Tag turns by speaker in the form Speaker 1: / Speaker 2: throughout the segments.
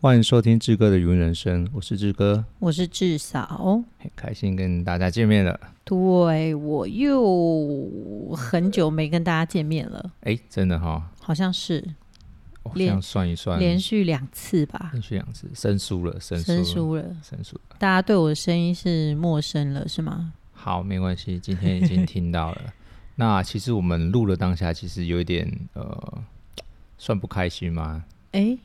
Speaker 1: 欢迎收听志哥的语文人生，我是志哥，
Speaker 2: 我是至少。
Speaker 1: 很开心跟大家见面了。
Speaker 2: 对我又很久没跟大家见面了，
Speaker 1: 哎，真的哈、
Speaker 2: 好像是
Speaker 1: 哦，这
Speaker 2: 连
Speaker 1: 样算一算，
Speaker 2: 连续两次吧，
Speaker 1: 连续两次生疏了，生疏
Speaker 2: 生
Speaker 1: 了，
Speaker 2: 疏了。
Speaker 1: 生疏了。
Speaker 2: 大家对我的声音是陌生了，是吗？
Speaker 1: 好，没关系，今天已经听到了。 那其实我们录了当下，其实有一点呃，算不开心吗？
Speaker 2: 哎，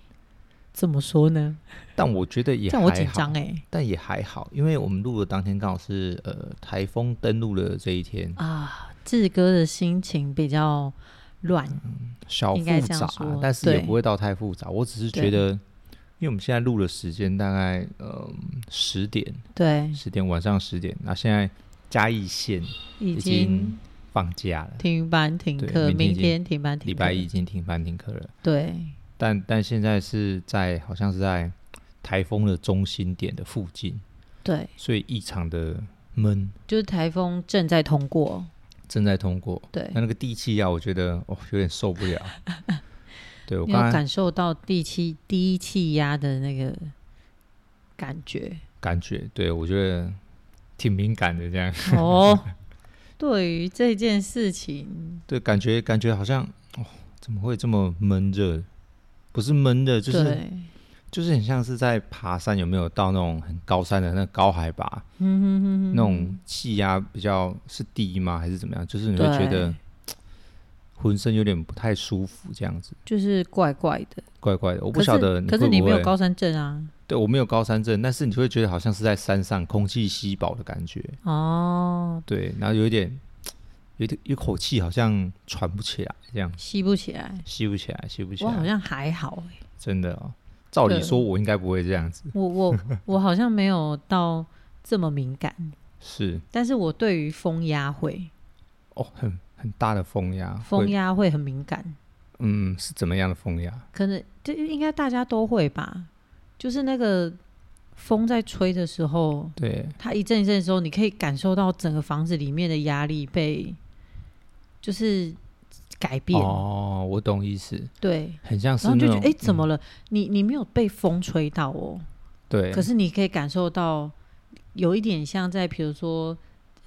Speaker 2: 怎么说呢？
Speaker 1: 但我觉得也
Speaker 2: 这
Speaker 1: 还
Speaker 2: 样
Speaker 1: 好，
Speaker 2: 我紧张哎、
Speaker 1: 但也还好，因为我们录的当天刚好是呃台风登陆的这一天，
Speaker 2: 啊，志哥的心情比较乱，
Speaker 1: 小
Speaker 2: 应该
Speaker 1: 复
Speaker 2: 这样
Speaker 1: 杂
Speaker 2: 说，
Speaker 1: 但是也
Speaker 2: 对
Speaker 1: 不会到太复杂。我只是觉
Speaker 2: 对
Speaker 1: 得，因为我们现在录的时间大概嗯十点，
Speaker 2: 对，
Speaker 1: 十点晚上十点，那现在嘉义县
Speaker 2: 已
Speaker 1: 已
Speaker 2: 经
Speaker 1: 经放假了，
Speaker 2: 停班停
Speaker 1: 对
Speaker 2: 课，
Speaker 1: 明天已
Speaker 2: 明
Speaker 1: 经
Speaker 2: 天停班停课，
Speaker 1: 礼拜一已经停班停课了，
Speaker 2: 对，
Speaker 1: 但但现在是在好像是在台风的中心点的附近，
Speaker 2: 对，
Speaker 1: 所以异常的闷，
Speaker 2: 就是台风正在通过，
Speaker 1: 正在通过。
Speaker 2: 对，
Speaker 1: 那那个地气压，我觉得哦有点受不 了。对我
Speaker 2: 你有
Speaker 1: 刚才
Speaker 2: 感受到第七低气压的那个感 觉
Speaker 1: 感觉，对我觉得挺敏感的这样。
Speaker 2: 哦。对于这件事情，
Speaker 1: 对，感觉感觉好像哦，怎么会这么闷热？不是闷热，就是
Speaker 2: 对，
Speaker 1: 就是很像是在爬山，有没有到那种很高山的那个高海拔，
Speaker 2: 嗯哼哼哼
Speaker 1: 那种气压比较是低吗？还是怎么样？就是你会
Speaker 2: 对
Speaker 1: 觉得浑身有点不太舒服，这样子，
Speaker 2: 就是怪怪的。
Speaker 1: 怪怪的。我
Speaker 2: 我
Speaker 1: 不晓得你会
Speaker 2: 可是，可是
Speaker 1: 不
Speaker 2: 你没有
Speaker 1: 会
Speaker 2: 高山症啊？
Speaker 1: 对我没有高山症，但是你会觉得好像是在山上，空气稀薄的感觉。
Speaker 2: 哦，
Speaker 1: 对，然后有一点，有一点一口气好像喘不起来，这样
Speaker 2: 吸不起来。
Speaker 1: 吸不起来，吸不起
Speaker 2: 我好
Speaker 1: 来，
Speaker 2: 像还好欸、
Speaker 1: 真的哦。照理
Speaker 2: 对
Speaker 1: 说，我应该不会这样子，
Speaker 2: 我我 我好像没有到这么敏感，
Speaker 1: 是
Speaker 2: 但是我对于风压会，
Speaker 1: 哦，很很大的风压，
Speaker 2: 风
Speaker 1: 会，
Speaker 2: 压会很敏感。
Speaker 1: 嗯，是怎么样的风压？
Speaker 2: 可能这应该大家都会吧，就是那个风在吹的时候，
Speaker 1: 对，
Speaker 2: 它一阵一阵的时候，你可以感受到整个房子里面的压力被就是改变，
Speaker 1: 哦，我懂意思，
Speaker 2: 对，
Speaker 1: 很像是
Speaker 2: 然后
Speaker 1: 那
Speaker 2: 就觉
Speaker 1: 种，嗯
Speaker 2: 得哎、诶怎么了？你你没有被风吹到哦，
Speaker 1: 对，
Speaker 2: 可是你可以感受到有一点像在比如说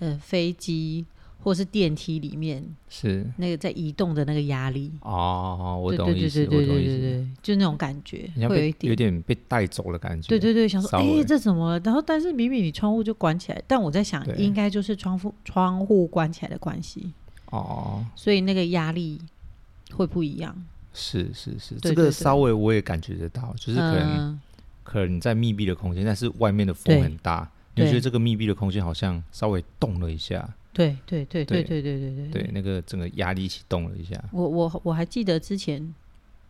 Speaker 2: 呃飞机或是电梯里面
Speaker 1: 是
Speaker 2: 那个在移动的那个压力。
Speaker 1: 哦，我
Speaker 2: 对
Speaker 1: 懂
Speaker 2: 对
Speaker 1: 意
Speaker 2: 对
Speaker 1: 思，
Speaker 2: 对
Speaker 1: 我
Speaker 2: 对
Speaker 1: 懂
Speaker 2: 对
Speaker 1: 意
Speaker 2: 对
Speaker 1: 思，
Speaker 2: 对，就那种感觉，
Speaker 1: 你像
Speaker 2: 会有一
Speaker 1: 被
Speaker 2: 点
Speaker 1: 有点被带走的感觉，
Speaker 2: 对对对，想说
Speaker 1: 稍
Speaker 2: 哎、
Speaker 1: 微
Speaker 2: 这怎么了？然后但是明明你窗户就关起来，但我在想
Speaker 1: 对，
Speaker 2: 应该就是窗户窗户关起来的关系，
Speaker 1: 哦，
Speaker 2: 所以那个压力会不一样。
Speaker 1: 是是是，这
Speaker 2: 对对
Speaker 1: 个
Speaker 2: 对
Speaker 1: 稍微我也感觉得到，就是可能。
Speaker 2: 嗯、
Speaker 1: 可能你在密闭的空间，但是外面的风
Speaker 2: 对
Speaker 1: 很大，你会
Speaker 2: 对
Speaker 1: 觉得这个密闭的空间好像稍微动了一下，
Speaker 2: 对对对
Speaker 1: 对
Speaker 2: 对对对对对
Speaker 1: 对，那个整个压力一起动了一下。
Speaker 2: 我我我还记得之前，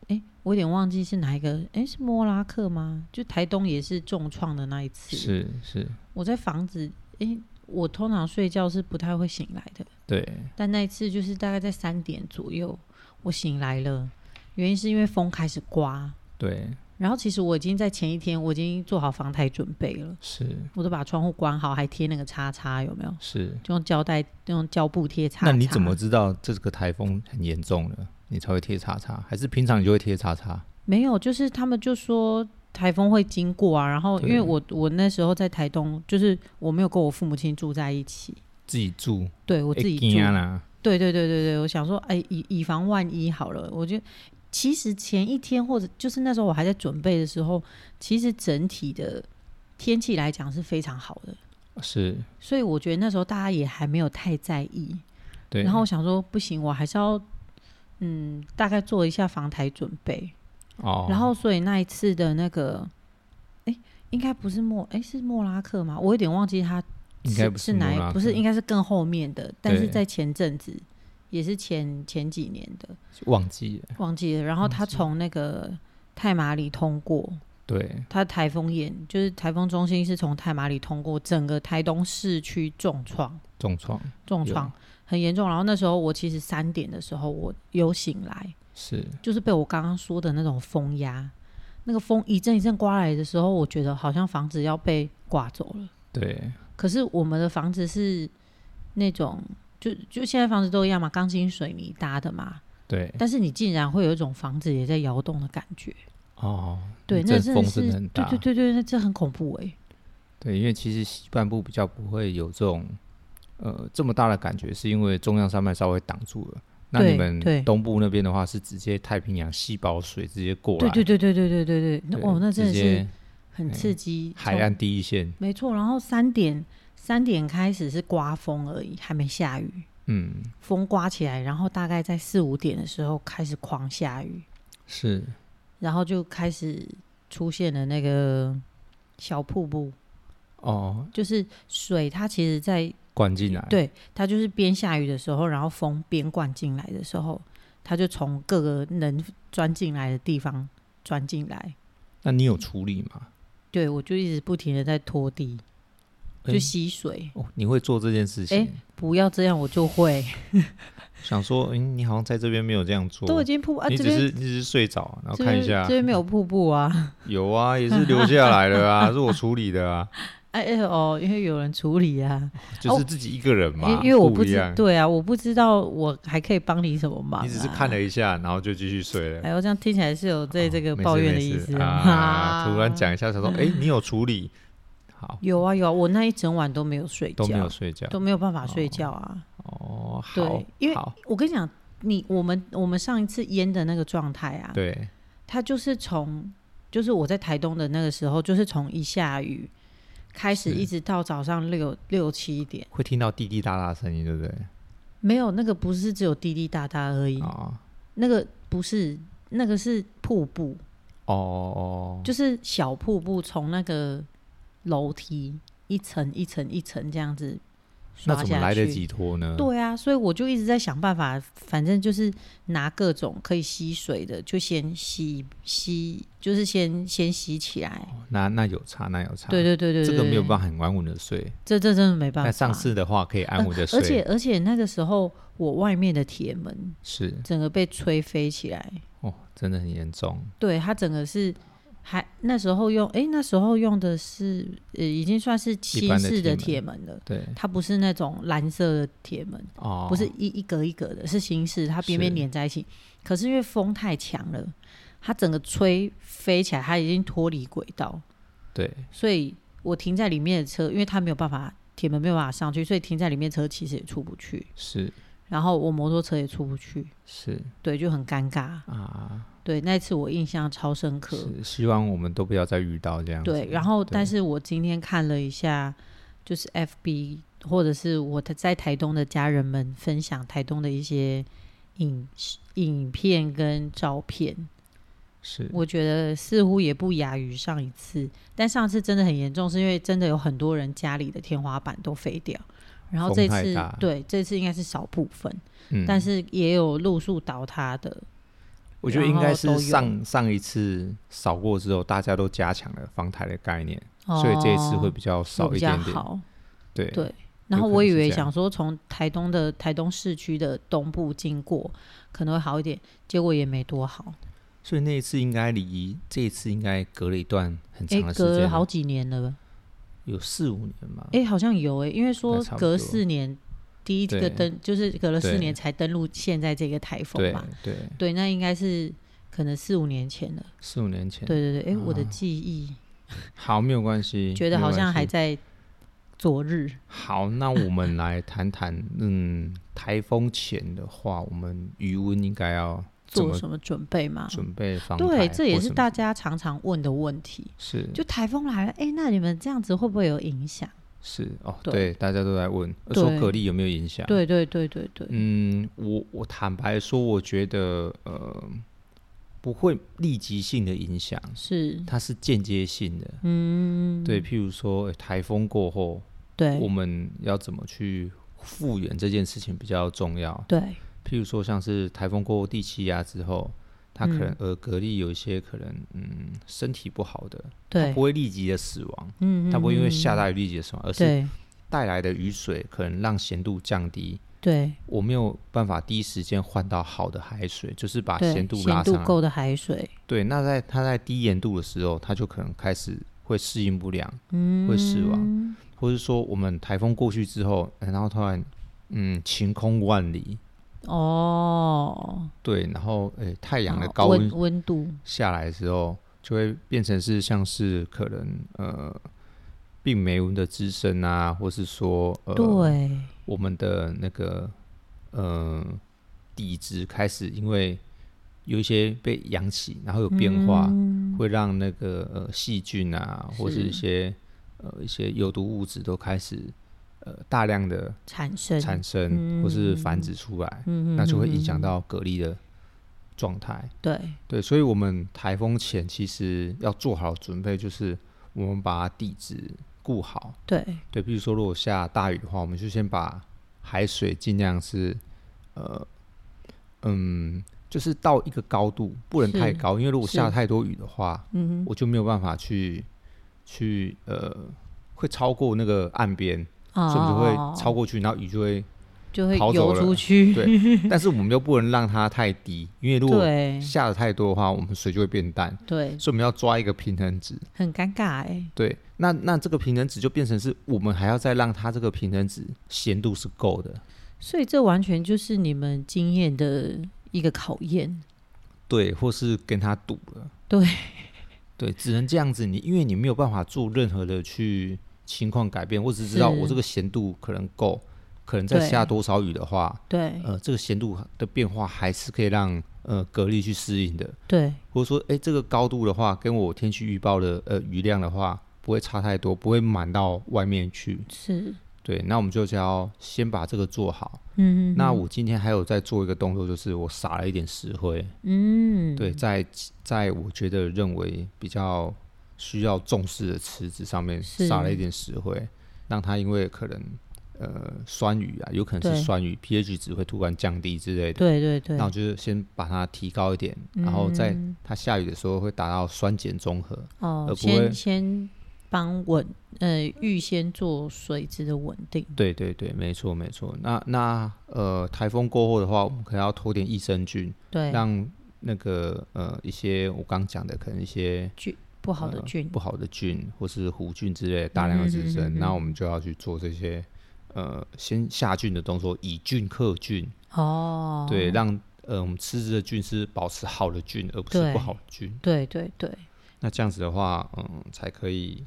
Speaker 2: 哎、我有点忘记是哪一个，哎、是莫拉克吗？就台东也是重创的那一次。
Speaker 1: 是是，
Speaker 2: 我在房子，哎、我通常睡觉是不太会醒来的，
Speaker 1: 对，
Speaker 2: 但那一次就是大概在三点左右，我醒来了，原因是因为风开始刮。
Speaker 1: 对，
Speaker 2: 然后其实我已经在前一天我已经做好防台准备了，
Speaker 1: 是
Speaker 2: 我都把窗户关好，还贴那个叉叉，有没有？
Speaker 1: 是。
Speaker 2: 就用胶带、用胶布贴叉叉。
Speaker 1: 那你怎么知道这个台风很严重了，你才会贴叉叉？还是平常你就会贴叉叉？
Speaker 2: 没有？就是他们就说台风会经过啊，然后因
Speaker 1: 对
Speaker 2: 为我我那时候在台东，就是我没有跟我父母亲住在一起，
Speaker 1: 自己住，哎
Speaker 2: 对我自己
Speaker 1: 会
Speaker 2: 住。
Speaker 1: 怕啦。
Speaker 2: 对对对对对，我想说，哎，以以防万一好了，我就其实前一天或者就是那时候我还在准备的时候，其实整体的天气来讲是非常好的。
Speaker 1: 是，
Speaker 2: 所以我觉得那时候大家也还没有太在意。
Speaker 1: 对。
Speaker 2: 然后我想说，不行，我还是要嗯，大概做一下防台准备。
Speaker 1: 哦，
Speaker 2: 然后，所以那一次的那个，哎，应该不是莫，哎，是莫拉克吗？我有点忘记它
Speaker 1: 应
Speaker 2: 是
Speaker 1: 该不
Speaker 2: 是
Speaker 1: 是
Speaker 2: 哪
Speaker 1: 莫拉
Speaker 2: 一，
Speaker 1: 克
Speaker 2: 不是应该是更后面的，但是
Speaker 1: 对
Speaker 2: 在前阵子。也是前前几年的，
Speaker 1: 忘记了，
Speaker 2: 忘记了。然后它从那个泰马里通过，
Speaker 1: 对，
Speaker 2: 它台风眼就是台风中心是从泰马里通过，整个台东市区重创。
Speaker 1: 重创
Speaker 2: 重创很严重。然后那时候我其实三点的时候我有醒来，
Speaker 1: 是
Speaker 2: 就是被我刚刚说的那种风压，那个风一阵一阵刮来的时候，我觉得好像房子要被刮走了。
Speaker 1: 对，
Speaker 2: 可是我们的房子是那种就就现在房子都一样嘛，钢筋水泥搭的嘛，
Speaker 1: 对，
Speaker 2: 但是你竟然会有一种房子也在摇动的感觉。
Speaker 1: 哦，
Speaker 2: 对，那
Speaker 1: 阵
Speaker 2: 真
Speaker 1: 风
Speaker 2: 的是
Speaker 1: 真的很
Speaker 2: 对
Speaker 1: 大，
Speaker 2: 对对对，那这很恐怖哎、
Speaker 1: 对，因为其实西半部比较不会有这种呃这么大的感觉，是因为中央山脉稍微挡住了。那
Speaker 2: 对
Speaker 1: 你们
Speaker 2: 对
Speaker 1: 东部那边的话，是直接太平洋细胞水直接过来，
Speaker 2: 对对对对对对对对，那
Speaker 1: 对
Speaker 2: 哦，那真的
Speaker 1: 直
Speaker 2: 是
Speaker 1: 接
Speaker 2: 很刺激。
Speaker 1: 海岸第一线，
Speaker 2: 从没错，然后三点三点开始是刮风而已，还没下雨，
Speaker 1: 嗯，
Speaker 2: 风刮起来，然后大概在四五点的时候开始狂下雨，
Speaker 1: 是
Speaker 2: 然后就开始出现了那个小瀑布，
Speaker 1: 哦，
Speaker 2: 就是水它其实在
Speaker 1: 灌进来，
Speaker 2: 对，它就是边下雨的时候，然后风边灌进来的时候，它就从各个能钻进来的地方钻进来。
Speaker 1: 那你有处理吗？
Speaker 2: 对，我就一直不停的在拖地，就
Speaker 1: 诶
Speaker 2: 吸水。
Speaker 1: 哦，你会做这件事情？
Speaker 2: 诶不要这样，我就会。
Speaker 1: 想说，嗯，你好像在这边没有这样做，
Speaker 2: 都已经瀑布啊，
Speaker 1: 你
Speaker 2: 这
Speaker 1: 只是
Speaker 2: 边
Speaker 1: 你只是睡着，然后
Speaker 2: 这
Speaker 1: 看
Speaker 2: 边
Speaker 1: 一下
Speaker 2: 这，边没有瀑布啊。
Speaker 1: 有啊，也是留下来了啊，是我处理的啊，
Speaker 2: 哎哎哦，因为有人处理啊，
Speaker 1: 就是自己一个人嘛，
Speaker 2: 因因为我
Speaker 1: 不一
Speaker 2: 知
Speaker 1: 样，
Speaker 2: 对啊，我不知道我还可以帮你什么忙、啊。
Speaker 1: 你只是看了一下，然后就继续睡了
Speaker 2: 哎。呦，这样听起来是有对这个
Speaker 1: 哦没事
Speaker 2: 抱怨的
Speaker 1: 没
Speaker 2: 意
Speaker 1: 事
Speaker 2: 思
Speaker 1: 啊！突然，讲一下，想说，哎，你有处理，好，
Speaker 2: 有啊有啊，我那一整晚都 没有睡觉，
Speaker 1: 都没有睡觉
Speaker 2: 都没有办法睡觉啊。
Speaker 1: 哦，好
Speaker 2: 对，因为
Speaker 1: 好，
Speaker 2: 我跟你讲，你我们我们上一次淹的那个状态啊，
Speaker 1: 对，
Speaker 2: 它就是从就是我在台东的那个时候，就是从一下雨开始，
Speaker 1: 是
Speaker 2: 一直到早上六六七点，
Speaker 1: 会听到滴滴答答的声音，对不对？
Speaker 2: 没有那个不是只有滴滴答答而已，
Speaker 1: 哦
Speaker 2: 那个不是那个是瀑布，
Speaker 1: 哦哦，
Speaker 2: 就是小瀑布从那个楼梯一层一层一层这样子
Speaker 1: 那
Speaker 2: 刷
Speaker 1: 怎么
Speaker 2: 下去。
Speaker 1: 来得及拖呢？
Speaker 2: 对啊，所以我就一直在想办法，反正就是拿各种可以吸水的，就先吸吸，就是先先吸起来。
Speaker 1: 哦，那那有差，那有差，
Speaker 2: 对对对对，
Speaker 1: 这个没有办
Speaker 2: 法，
Speaker 1: 法很安稳的睡，
Speaker 2: 这这真的没办法。
Speaker 1: 但上次的话可以安稳的睡，
Speaker 2: 而且而且那个时候我外面的铁门
Speaker 1: 是
Speaker 2: 整个被吹飞起来，
Speaker 1: 哦，真的很严重，
Speaker 2: 对，它整个是还那时候用，诶，那时候用的是呃，已经算是新
Speaker 1: 般的
Speaker 2: 式的
Speaker 1: 铁
Speaker 2: 铁门了。
Speaker 1: 对，
Speaker 2: 它不是那种蓝色的铁门，
Speaker 1: 哦，
Speaker 2: 不是一一格一格的，是形式，它边边
Speaker 1: 是
Speaker 2: 连在一起。可是因为风太强了，它整个吹飞起来，它已经脱离轨道，
Speaker 1: 对，
Speaker 2: 所以我停在里面的车，因为它没有办法，铁门没有办法上去，所以停在里面的车其实也出不去，
Speaker 1: 是
Speaker 2: 然后我摩托车也出不去，
Speaker 1: 是
Speaker 2: 对，就很尴尬。
Speaker 1: 啊，
Speaker 2: 对，那一次我印象超深刻。
Speaker 1: 是希望我们都不要再遇到这样子，
Speaker 2: 对，然后
Speaker 1: 对
Speaker 2: 但是我今天看了一下，就是 FB 或者是我的在台东的家人们分享台东的一些影影片跟照片，
Speaker 1: 是
Speaker 2: 我觉得似乎也不亚于上一次，但上次真的很严重，是因为真的有很多人家里的天花板都飞掉。然后这
Speaker 1: 风太
Speaker 2: 次
Speaker 1: 大
Speaker 2: 对这次应该是少部分，
Speaker 1: 嗯
Speaker 2: 但是也有路数倒塌的，
Speaker 1: 我觉得应该
Speaker 2: 然
Speaker 1: 是
Speaker 2: 后都有
Speaker 1: 上上一次扫过之后，大家都加强了防台的概念，所以这一次会比较
Speaker 2: 哦哦会
Speaker 1: 少一
Speaker 2: 比较
Speaker 1: 点点。
Speaker 2: 好。
Speaker 1: 对
Speaker 2: 对然后
Speaker 1: 有可
Speaker 2: 我
Speaker 1: 能
Speaker 2: 以
Speaker 1: 是
Speaker 2: 为
Speaker 1: 这样
Speaker 2: 想说从台东的台东市区的东部经过可能会好一点，结果也没多好，
Speaker 1: 所以那一次应该离这一次应该隔了一段很
Speaker 2: 哎
Speaker 1: 长的，时
Speaker 2: 隔
Speaker 1: 间，嗯
Speaker 2: 好几年了，
Speaker 1: 有四五年嘛。
Speaker 2: 哎，好像有哎，因为说
Speaker 1: 那差不多
Speaker 2: 隔四年第一个
Speaker 1: 对
Speaker 2: 登就是隔了四
Speaker 1: 对
Speaker 2: 年才登陆现在这个台风
Speaker 1: 对
Speaker 2: 嘛，
Speaker 1: 对，
Speaker 2: 对，那应该是可能四五年前了，
Speaker 1: 四五年前。
Speaker 2: 对对对，哎，我的记忆
Speaker 1: 好，没有关系。
Speaker 2: 觉得
Speaker 1: 没有
Speaker 2: 好像
Speaker 1: 关系
Speaker 2: 还在昨日，
Speaker 1: 好，那我 们来谈谈，嗯，台风前的话，我们余温应该要怎
Speaker 2: 做
Speaker 1: 么
Speaker 2: 什么准备吗？
Speaker 1: 准备防台？
Speaker 2: 对，这也
Speaker 1: 或
Speaker 2: 是
Speaker 1: 什么嗯
Speaker 2: 大家常常问的问题。
Speaker 1: 是
Speaker 2: 就台风来了，哎，那你们这样子会不会有影响？
Speaker 1: 是哦，
Speaker 2: 对
Speaker 1: 对，大家都在问说
Speaker 2: 对
Speaker 1: 蛤蜊有没有影响？
Speaker 2: 对对对对对，
Speaker 1: 嗯，我我坦白说，我觉得呃不会立即性的影响，
Speaker 2: 是，
Speaker 1: 它是间接性的。
Speaker 2: 嗯，
Speaker 1: 对，譬如说呃台风过后，我
Speaker 2: 对
Speaker 1: 们要怎么去复原这件事情比较重要。
Speaker 2: 对
Speaker 1: 譬如说像是台风过后第七压之后，它可能
Speaker 2: 嗯
Speaker 1: 呃蛤蜊有一些可能嗯身体不好的，它
Speaker 2: 对，
Speaker 1: 不会立即的死亡，
Speaker 2: 嗯，
Speaker 1: 它不会因为
Speaker 2: 嗯
Speaker 1: 下，大雨立即的死亡，而是
Speaker 2: 对
Speaker 1: 带来的雨水可能让咸度降低。
Speaker 2: 对
Speaker 1: 我没有办法第一时间换到好的海水，就是把
Speaker 2: 对，
Speaker 1: 咸度拉上来。
Speaker 2: 够的海水，
Speaker 1: 对，那在它在低盐度的时候，它就可能开始会适应不良，
Speaker 2: 嗯，
Speaker 1: 会死亡，或是说我们台风过去之后，呃然后突然嗯晴空万里，
Speaker 2: 哦，
Speaker 1: 对，然后诶、太阳的
Speaker 2: 好
Speaker 1: 高温
Speaker 2: 哦温温度，
Speaker 1: 下来之后，就会变成是像是可能呃病媒蚊的滋生啊，或是说呃
Speaker 2: 对，
Speaker 1: 我们的那个呃底质开始因为有一些被扬起，然后有变化，
Speaker 2: 嗯
Speaker 1: 会让那个呃细菌啊，或是
Speaker 2: 是
Speaker 1: 一些呃一些有毒物质都开始呃大量的
Speaker 2: 产生，
Speaker 1: 产生、或是繁殖出来，
Speaker 2: 嗯
Speaker 1: 那就会影响
Speaker 2: 嗯
Speaker 1: 到蛤蜊的状态。
Speaker 2: 对，
Speaker 1: 对，所以我们台风前其实要做好准备，就是我们把地质顾好。
Speaker 2: 对，
Speaker 1: 对，比如说如果下大雨的话，我们就先把海水尽量是呃嗯，就是到一个高度，不能太
Speaker 2: 是
Speaker 1: 高，因为如果
Speaker 2: 是
Speaker 1: 下太多雨的话，
Speaker 2: 嗯哼，
Speaker 1: 我就没有办法去去呃。会超过那个岸边，所以我们就
Speaker 2: 哦
Speaker 1: 会超过去，然后雨就会
Speaker 2: 就会
Speaker 1: 跑走
Speaker 2: 游
Speaker 1: 了
Speaker 2: 出去，
Speaker 1: 对但是我们又不能让它太低，因为如果
Speaker 2: 对
Speaker 1: 下的太多的话，我们水就会变淡，
Speaker 2: 对，
Speaker 1: 所以我们要抓一个平衡值。
Speaker 2: 很尴尬哎，
Speaker 1: 对，那那这个平衡值就变成是我们还要再让它这个平衡值咸度是够的。
Speaker 2: 所以这完全就是你们经验的一个考验，
Speaker 1: 对，或是跟它赌了。
Speaker 2: 对，
Speaker 1: 对，只能这样子。你因为你没有办法做任何的去情况改变，我只知道
Speaker 2: 是
Speaker 1: 我这个咸度可能够，可能再
Speaker 2: 对
Speaker 1: 下多少雨的话，
Speaker 2: 对
Speaker 1: 呃，这个咸度的变化还是可以让呃蛤蜊去适应的。
Speaker 2: 对
Speaker 1: 或者说，哎、这个高度的话，跟我天气预报的呃雨量的话，不会差太多，不会满到外面去。
Speaker 2: 是，
Speaker 1: 对，那我们就只要先把这个做好。
Speaker 2: 嗯哼
Speaker 1: 那
Speaker 2: 哼
Speaker 1: 我今天还有在做一个动作，就是我撒了一点石灰，
Speaker 2: 嗯
Speaker 1: 对，在在我觉得认为比较需要重视的池子上面
Speaker 2: 是
Speaker 1: 撒了一点石灰，让它因为可能呃酸雨啊，有可能
Speaker 2: 对
Speaker 1: 是酸雨，pH 值会突然降低之类的。
Speaker 2: 对对对，
Speaker 1: 那我就是先把它提高一点，然后再
Speaker 2: 嗯
Speaker 1: 它下雨的时候会达到酸碱中和。
Speaker 2: 哦
Speaker 1: 呃而，不
Speaker 2: 先
Speaker 1: 会
Speaker 2: 先帮稳，呃，预先做水质的稳定，
Speaker 1: 对对对，没错没错。那那呃，台风过后的话，我们可能要拖点益生菌，
Speaker 2: 对，
Speaker 1: 让那个呃一些我刚讲的可能一些
Speaker 2: 不好的
Speaker 1: 呃
Speaker 2: 菌，
Speaker 1: 不好的菌或是弧菌之类的大量的滋生，
Speaker 2: 嗯哼嗯哼
Speaker 1: 那我们就要去做这些呃先下菌的动作，以菌克菌，
Speaker 2: 哦，
Speaker 1: 对，让呃我们吃的菌是保持好的菌，而不是
Speaker 2: 对
Speaker 1: 不好的菌。
Speaker 2: 对对对，
Speaker 1: 那这样子的话，嗯，才可以，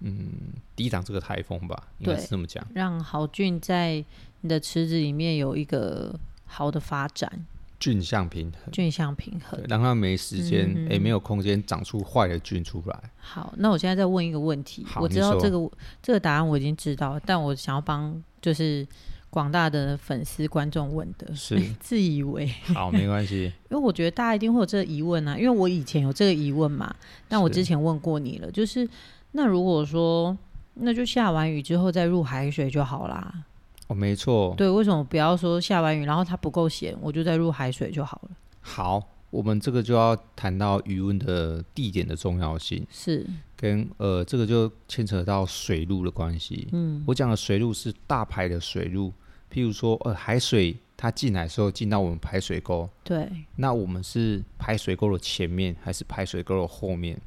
Speaker 1: 嗯，抵挡这个台风吧，应该
Speaker 2: 对
Speaker 1: 是这么讲。
Speaker 2: 让好菌在你的池子里面有一个好的发展，
Speaker 1: 菌相平衡，
Speaker 2: 菌相平衡
Speaker 1: 对，。让它没时间，
Speaker 2: 嗯
Speaker 1: 诶，
Speaker 2: 嗯
Speaker 1: 没有空间长出坏的菌出 来。
Speaker 2: 好，那我现在再问一个问题，
Speaker 1: 好
Speaker 2: 我
Speaker 1: 你
Speaker 2: 知道
Speaker 1: 说
Speaker 2: 这个这个答案我已经知道，但我想要帮就是广大的粉丝观众问的，
Speaker 1: 是
Speaker 2: 自以为，
Speaker 1: 好，没关系，
Speaker 2: 因为我觉得大家一定会有这个疑问啊，因为我以前有这个疑问嘛，但我
Speaker 1: 是
Speaker 2: 之前问过你了，就是那如果说那就下完雨之后再入海水就好啦，
Speaker 1: 哦，没错。
Speaker 2: 对，为什么不要说下完雨然后它不够咸，我就再入海水就好了？
Speaker 1: 好，我们这个就要谈到余温的地点的重要性，
Speaker 2: 是，
Speaker 1: 跟呃，这个就牵扯到水路的关系。
Speaker 2: 嗯，
Speaker 1: 我讲的水路是大排的水路，譬如说，呃，海水它进来的时候进到我们排水沟，
Speaker 2: 对，
Speaker 1: 那我们是排水沟的前面还是排水沟的后面？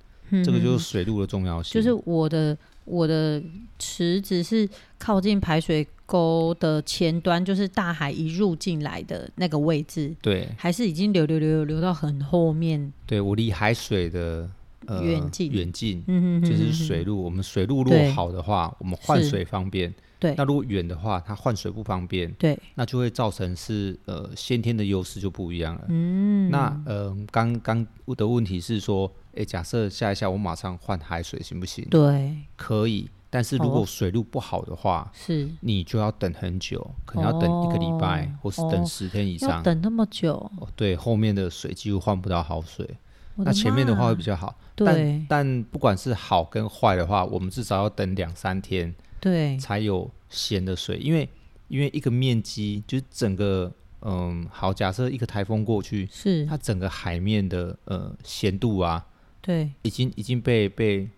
Speaker 1: 这个就是水路的重要性。
Speaker 2: 嗯就是我的我的池子是靠近排水沟的前端，就是大海一入进来的那个位置，
Speaker 1: 对
Speaker 2: 还是已经流流流流流到很后面？
Speaker 1: 对，我离海水的呃
Speaker 2: 远近
Speaker 1: 远近
Speaker 2: 嗯哼哼哼
Speaker 1: 就是
Speaker 2: 哼
Speaker 1: 水路。我们水路如
Speaker 2: 对
Speaker 1: 果好的话，我们换
Speaker 2: 是
Speaker 1: 水方便；
Speaker 2: 对
Speaker 1: 那如果远的话，它换水不方便，
Speaker 2: 对，
Speaker 1: 那就会造成是呃先天的优势就不一样了。
Speaker 2: 嗯，
Speaker 1: 那呃，刚刚的问题是说，诶，假设下一下我马上换海水行不行？
Speaker 2: 对
Speaker 1: 可以，但是如
Speaker 2: 哦
Speaker 1: 果水路不好的话，
Speaker 2: 是
Speaker 1: 你就要等很久，可能要等一个礼拜，
Speaker 2: 哦
Speaker 1: 或是
Speaker 2: 哦
Speaker 1: 等十天以
Speaker 2: 要
Speaker 1: 上。
Speaker 2: 等那么久，
Speaker 1: 哦对，后面的水几乎换不到好水，
Speaker 2: 我
Speaker 1: 那前面的话会比
Speaker 2: 较
Speaker 1: 较好。但
Speaker 2: 对
Speaker 1: 但不管是好跟坏的话，我们至少要等两三天
Speaker 2: 对
Speaker 1: 才有咸的水，因为因为一个面积就是整个嗯，好，假设一个台风过去，
Speaker 2: 是，
Speaker 1: 它整个海面的呃咸度啊，
Speaker 2: 对
Speaker 1: 已经已经被被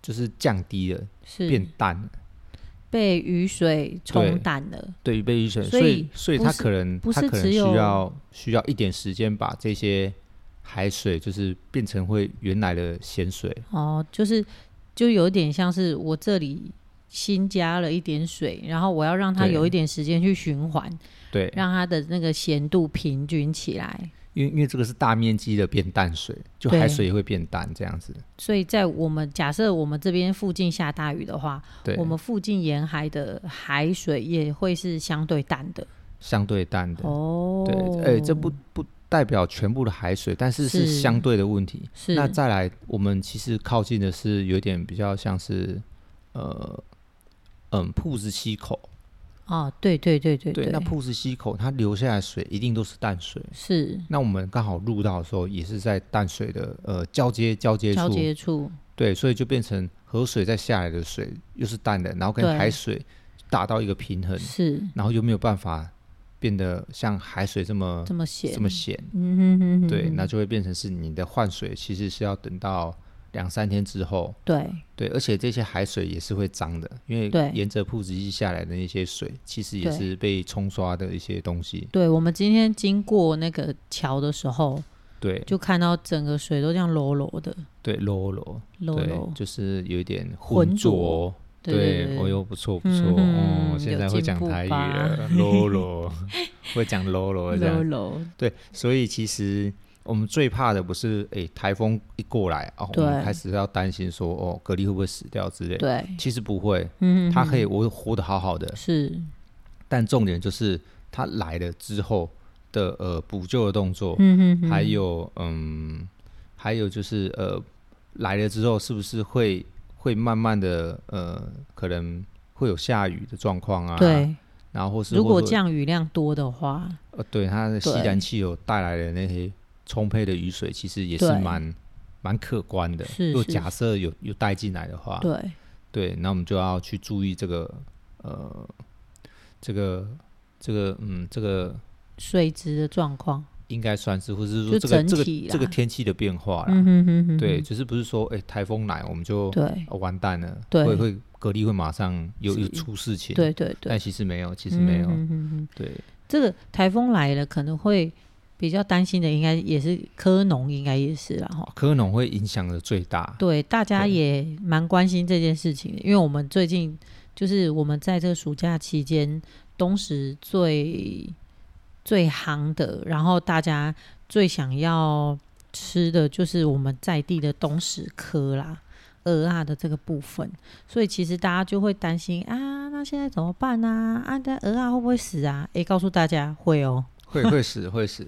Speaker 1: 就是降低了，变
Speaker 2: 是
Speaker 1: 淡了。
Speaker 2: 被雨水冲淡了，
Speaker 1: 对于被雨水，所
Speaker 2: 所以
Speaker 1: 以所以
Speaker 2: 不
Speaker 1: 它
Speaker 2: 是
Speaker 1: 可能
Speaker 2: 不
Speaker 1: 它
Speaker 2: 是
Speaker 1: 可能
Speaker 2: 只
Speaker 1: 需
Speaker 2: 有
Speaker 1: 要需要一点时间把这些海水就是变成会原来的咸水，
Speaker 2: 哦，就是就有点像是我这里。新加了一点水，然后我要让它
Speaker 1: 对
Speaker 2: 有一点时间去循环，
Speaker 1: 对，
Speaker 2: 让它的那个咸度平均起来。
Speaker 1: 因为因为这个是大面积的变淡水，就
Speaker 2: 对
Speaker 1: 海水也会变淡这样子。
Speaker 2: 所以在我们假设我们这边附近下大雨的话，
Speaker 1: 对，
Speaker 2: 我们附近沿海的海水也会是相对淡的。
Speaker 1: 相对淡的，
Speaker 2: 哦，
Speaker 1: 对，哎、这不不代表全部的海水，但是是
Speaker 2: 是
Speaker 1: 相对的问题。
Speaker 2: 是
Speaker 1: 那再来，我们其实靠近的是有点比较像是呃嗯铺子溪口，
Speaker 2: 哦，对对对对
Speaker 1: 对，那铺子溪口它流下来的水一定都是淡水。
Speaker 2: 是
Speaker 1: 那我们刚好入到的时候，也是在淡水的呃交接交接
Speaker 2: 交
Speaker 1: 处，
Speaker 2: 接处，
Speaker 1: 对，所以就变成河水再下来的水又是淡的，然后跟
Speaker 2: 对
Speaker 1: 海水达到一个平衡，
Speaker 2: 是
Speaker 1: 然后又没有办法变得像海水这么
Speaker 2: 这么写，
Speaker 1: 这么咸，
Speaker 2: 嗯哼哼哼，
Speaker 1: 对，那就会变成是你的换水其实是要等到两三天之后，
Speaker 2: 对
Speaker 1: 对，而且这些海水也是会脏的，因为
Speaker 2: 对
Speaker 1: 沿着铺子溪下来的那些水，其实也
Speaker 2: 对
Speaker 1: 是被冲刷的一些东西，
Speaker 2: 对，我们今天经过那个桥的时候，
Speaker 1: 对，
Speaker 2: 就看到整个水都这样柔柔的，
Speaker 1: 对，low low，
Speaker 2: 柔
Speaker 1: 对
Speaker 2: 柔，，
Speaker 1: 就是有一点
Speaker 2: 浑
Speaker 1: 浑
Speaker 2: 浊
Speaker 1: 浊，
Speaker 2: 对对
Speaker 1: 哦哟，不错不错，
Speaker 2: 嗯
Speaker 1: 哦，现
Speaker 2: 有
Speaker 1: 在会
Speaker 2: 进
Speaker 1: 讲
Speaker 2: 步
Speaker 1: 台语
Speaker 2: 吧
Speaker 1: 了，low low，会 讲 low low 这
Speaker 2: 柔
Speaker 1: 样，
Speaker 2: 柔，
Speaker 1: 对，所以其实我们最怕的不是诶台风一过来哦，我们
Speaker 2: 对
Speaker 1: 开始要担心说哦蛤蜊会不会死掉之类，
Speaker 2: 对，
Speaker 1: 其实不会，
Speaker 2: 嗯，
Speaker 1: 它可以我活得好好的，
Speaker 2: 是
Speaker 1: 但重点就是它来了之后的呃补救的动作，
Speaker 2: 嗯哼哼，
Speaker 1: 还有嗯，还有就是呃，来了之后是不是会会慢慢的呃，可能会有下雨的状况啊？，
Speaker 2: 对，
Speaker 1: 然后或是
Speaker 2: 如果
Speaker 1: 或者
Speaker 2: 降雨量多的话，
Speaker 1: 呃，对它的吸
Speaker 2: 对
Speaker 1: 燃气有带来的那些充沛的雨水，其实也是
Speaker 2: 对
Speaker 1: 蛮蛮可观的。
Speaker 2: 是
Speaker 1: 如果
Speaker 2: 是
Speaker 1: 假设有有带进来的话，
Speaker 2: 对，
Speaker 1: 对，那我们就要去注意这个呃，这个这个嗯，这个。
Speaker 2: 水质的状况，
Speaker 1: 应该算是，或是说
Speaker 2: 就
Speaker 1: 这个
Speaker 2: 整
Speaker 1: 这个
Speaker 2: 体
Speaker 1: 这个
Speaker 2: 啦
Speaker 1: 天气的变化啦，
Speaker 2: 嗯哼哼哼，
Speaker 1: 啊对，就是不是说哎台风来我们就、
Speaker 2: 对
Speaker 1: 哦完蛋了，
Speaker 2: 对
Speaker 1: 会会隔离会马上又
Speaker 2: 是
Speaker 1: 又出事情，，
Speaker 2: 对对对
Speaker 1: 但，其实没有，其实没有，
Speaker 2: 嗯哼哼哼
Speaker 1: 对
Speaker 2: 这个台风来了，可能会比较担心的，应该也是科农，应该也是啦哈。
Speaker 1: 哦，科农会影响的最 大，
Speaker 2: 对，大家
Speaker 1: 对
Speaker 2: 也蛮关心这件事情的，因为我们最近就是我们在这个暑假期间，东石最最夯的，然后大家最想要吃的就是我们在地的东石科啦。鹅啊的这个部分，所以其实大家就会担心啊，那现在怎么办啊？啊，那鹅啊会不会死啊？诶，告诉大家会哦，
Speaker 1: 会会死会死，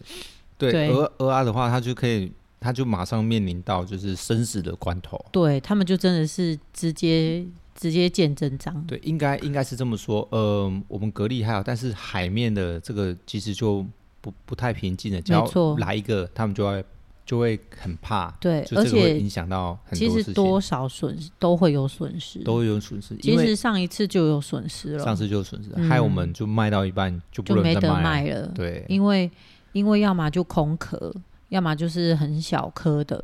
Speaker 1: 对，
Speaker 2: 对
Speaker 1: 鹅鹅啊的话，它就可以，它就马上面临到就是生死的关头，
Speaker 2: 对他们就真的是直接直接见真章，
Speaker 1: 对，应该应该是这么说，呃，我们隔离还好，但是海面的这个其实就不不太平静了，只要
Speaker 2: 没错
Speaker 1: 来一个，他们就会就会很怕，
Speaker 2: 对，
Speaker 1: 就
Speaker 2: 而
Speaker 1: 这个会
Speaker 2: 且
Speaker 1: 影响到很
Speaker 2: 其
Speaker 1: 多事
Speaker 2: 实
Speaker 1: 情，
Speaker 2: 多少损失都会有损失，
Speaker 1: 都有损失，因
Speaker 2: 其
Speaker 1: 为。
Speaker 2: 实上一次就有损失了，
Speaker 1: 上次就损失，
Speaker 2: 嗯
Speaker 1: 害我们就卖到一半就不
Speaker 2: 就没
Speaker 1: 能
Speaker 2: 得
Speaker 1: 再
Speaker 2: 卖
Speaker 1: 了。
Speaker 2: 了，
Speaker 1: 对
Speaker 2: 因为因为要么就空壳，要么就是很小颗的，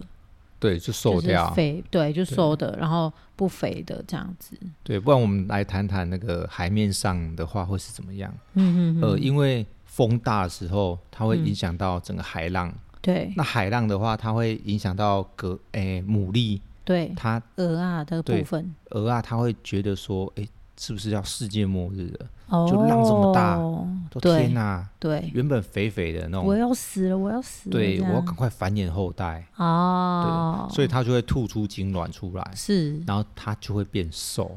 Speaker 1: 对，就瘦
Speaker 2: 就是
Speaker 1: 掉。
Speaker 2: 肥，对，就瘦的，然后不肥的这样子，
Speaker 1: 对，不然我们来谈谈那个海面上的话会是怎么样？
Speaker 2: 嗯嗯
Speaker 1: 呃，
Speaker 2: 嗯，
Speaker 1: 因为风大的时候，它会
Speaker 2: 嗯
Speaker 1: 影响到整个海浪。
Speaker 2: 对
Speaker 1: 那海浪的话，它会影响到蛤诶、牡蛎，
Speaker 2: 对，
Speaker 1: 它
Speaker 2: 鹅啊的部
Speaker 1: 对
Speaker 2: 分，
Speaker 1: 鹅啊，它会觉得说，诶、是不是要世界末日了？
Speaker 2: 哦，
Speaker 1: 就浪这么大都
Speaker 2: 对
Speaker 1: 天哪、
Speaker 2: 哦对，
Speaker 1: 原本肥肥的那
Speaker 2: 我
Speaker 1: 种，
Speaker 2: 要死了，我要死了，
Speaker 1: 对
Speaker 2: 这
Speaker 1: 我要
Speaker 2: 样
Speaker 1: 赶快繁衍后代，
Speaker 2: 哦，
Speaker 1: 所以它就会吐出精卵出来，
Speaker 2: 是
Speaker 1: 然后它就会变瘦。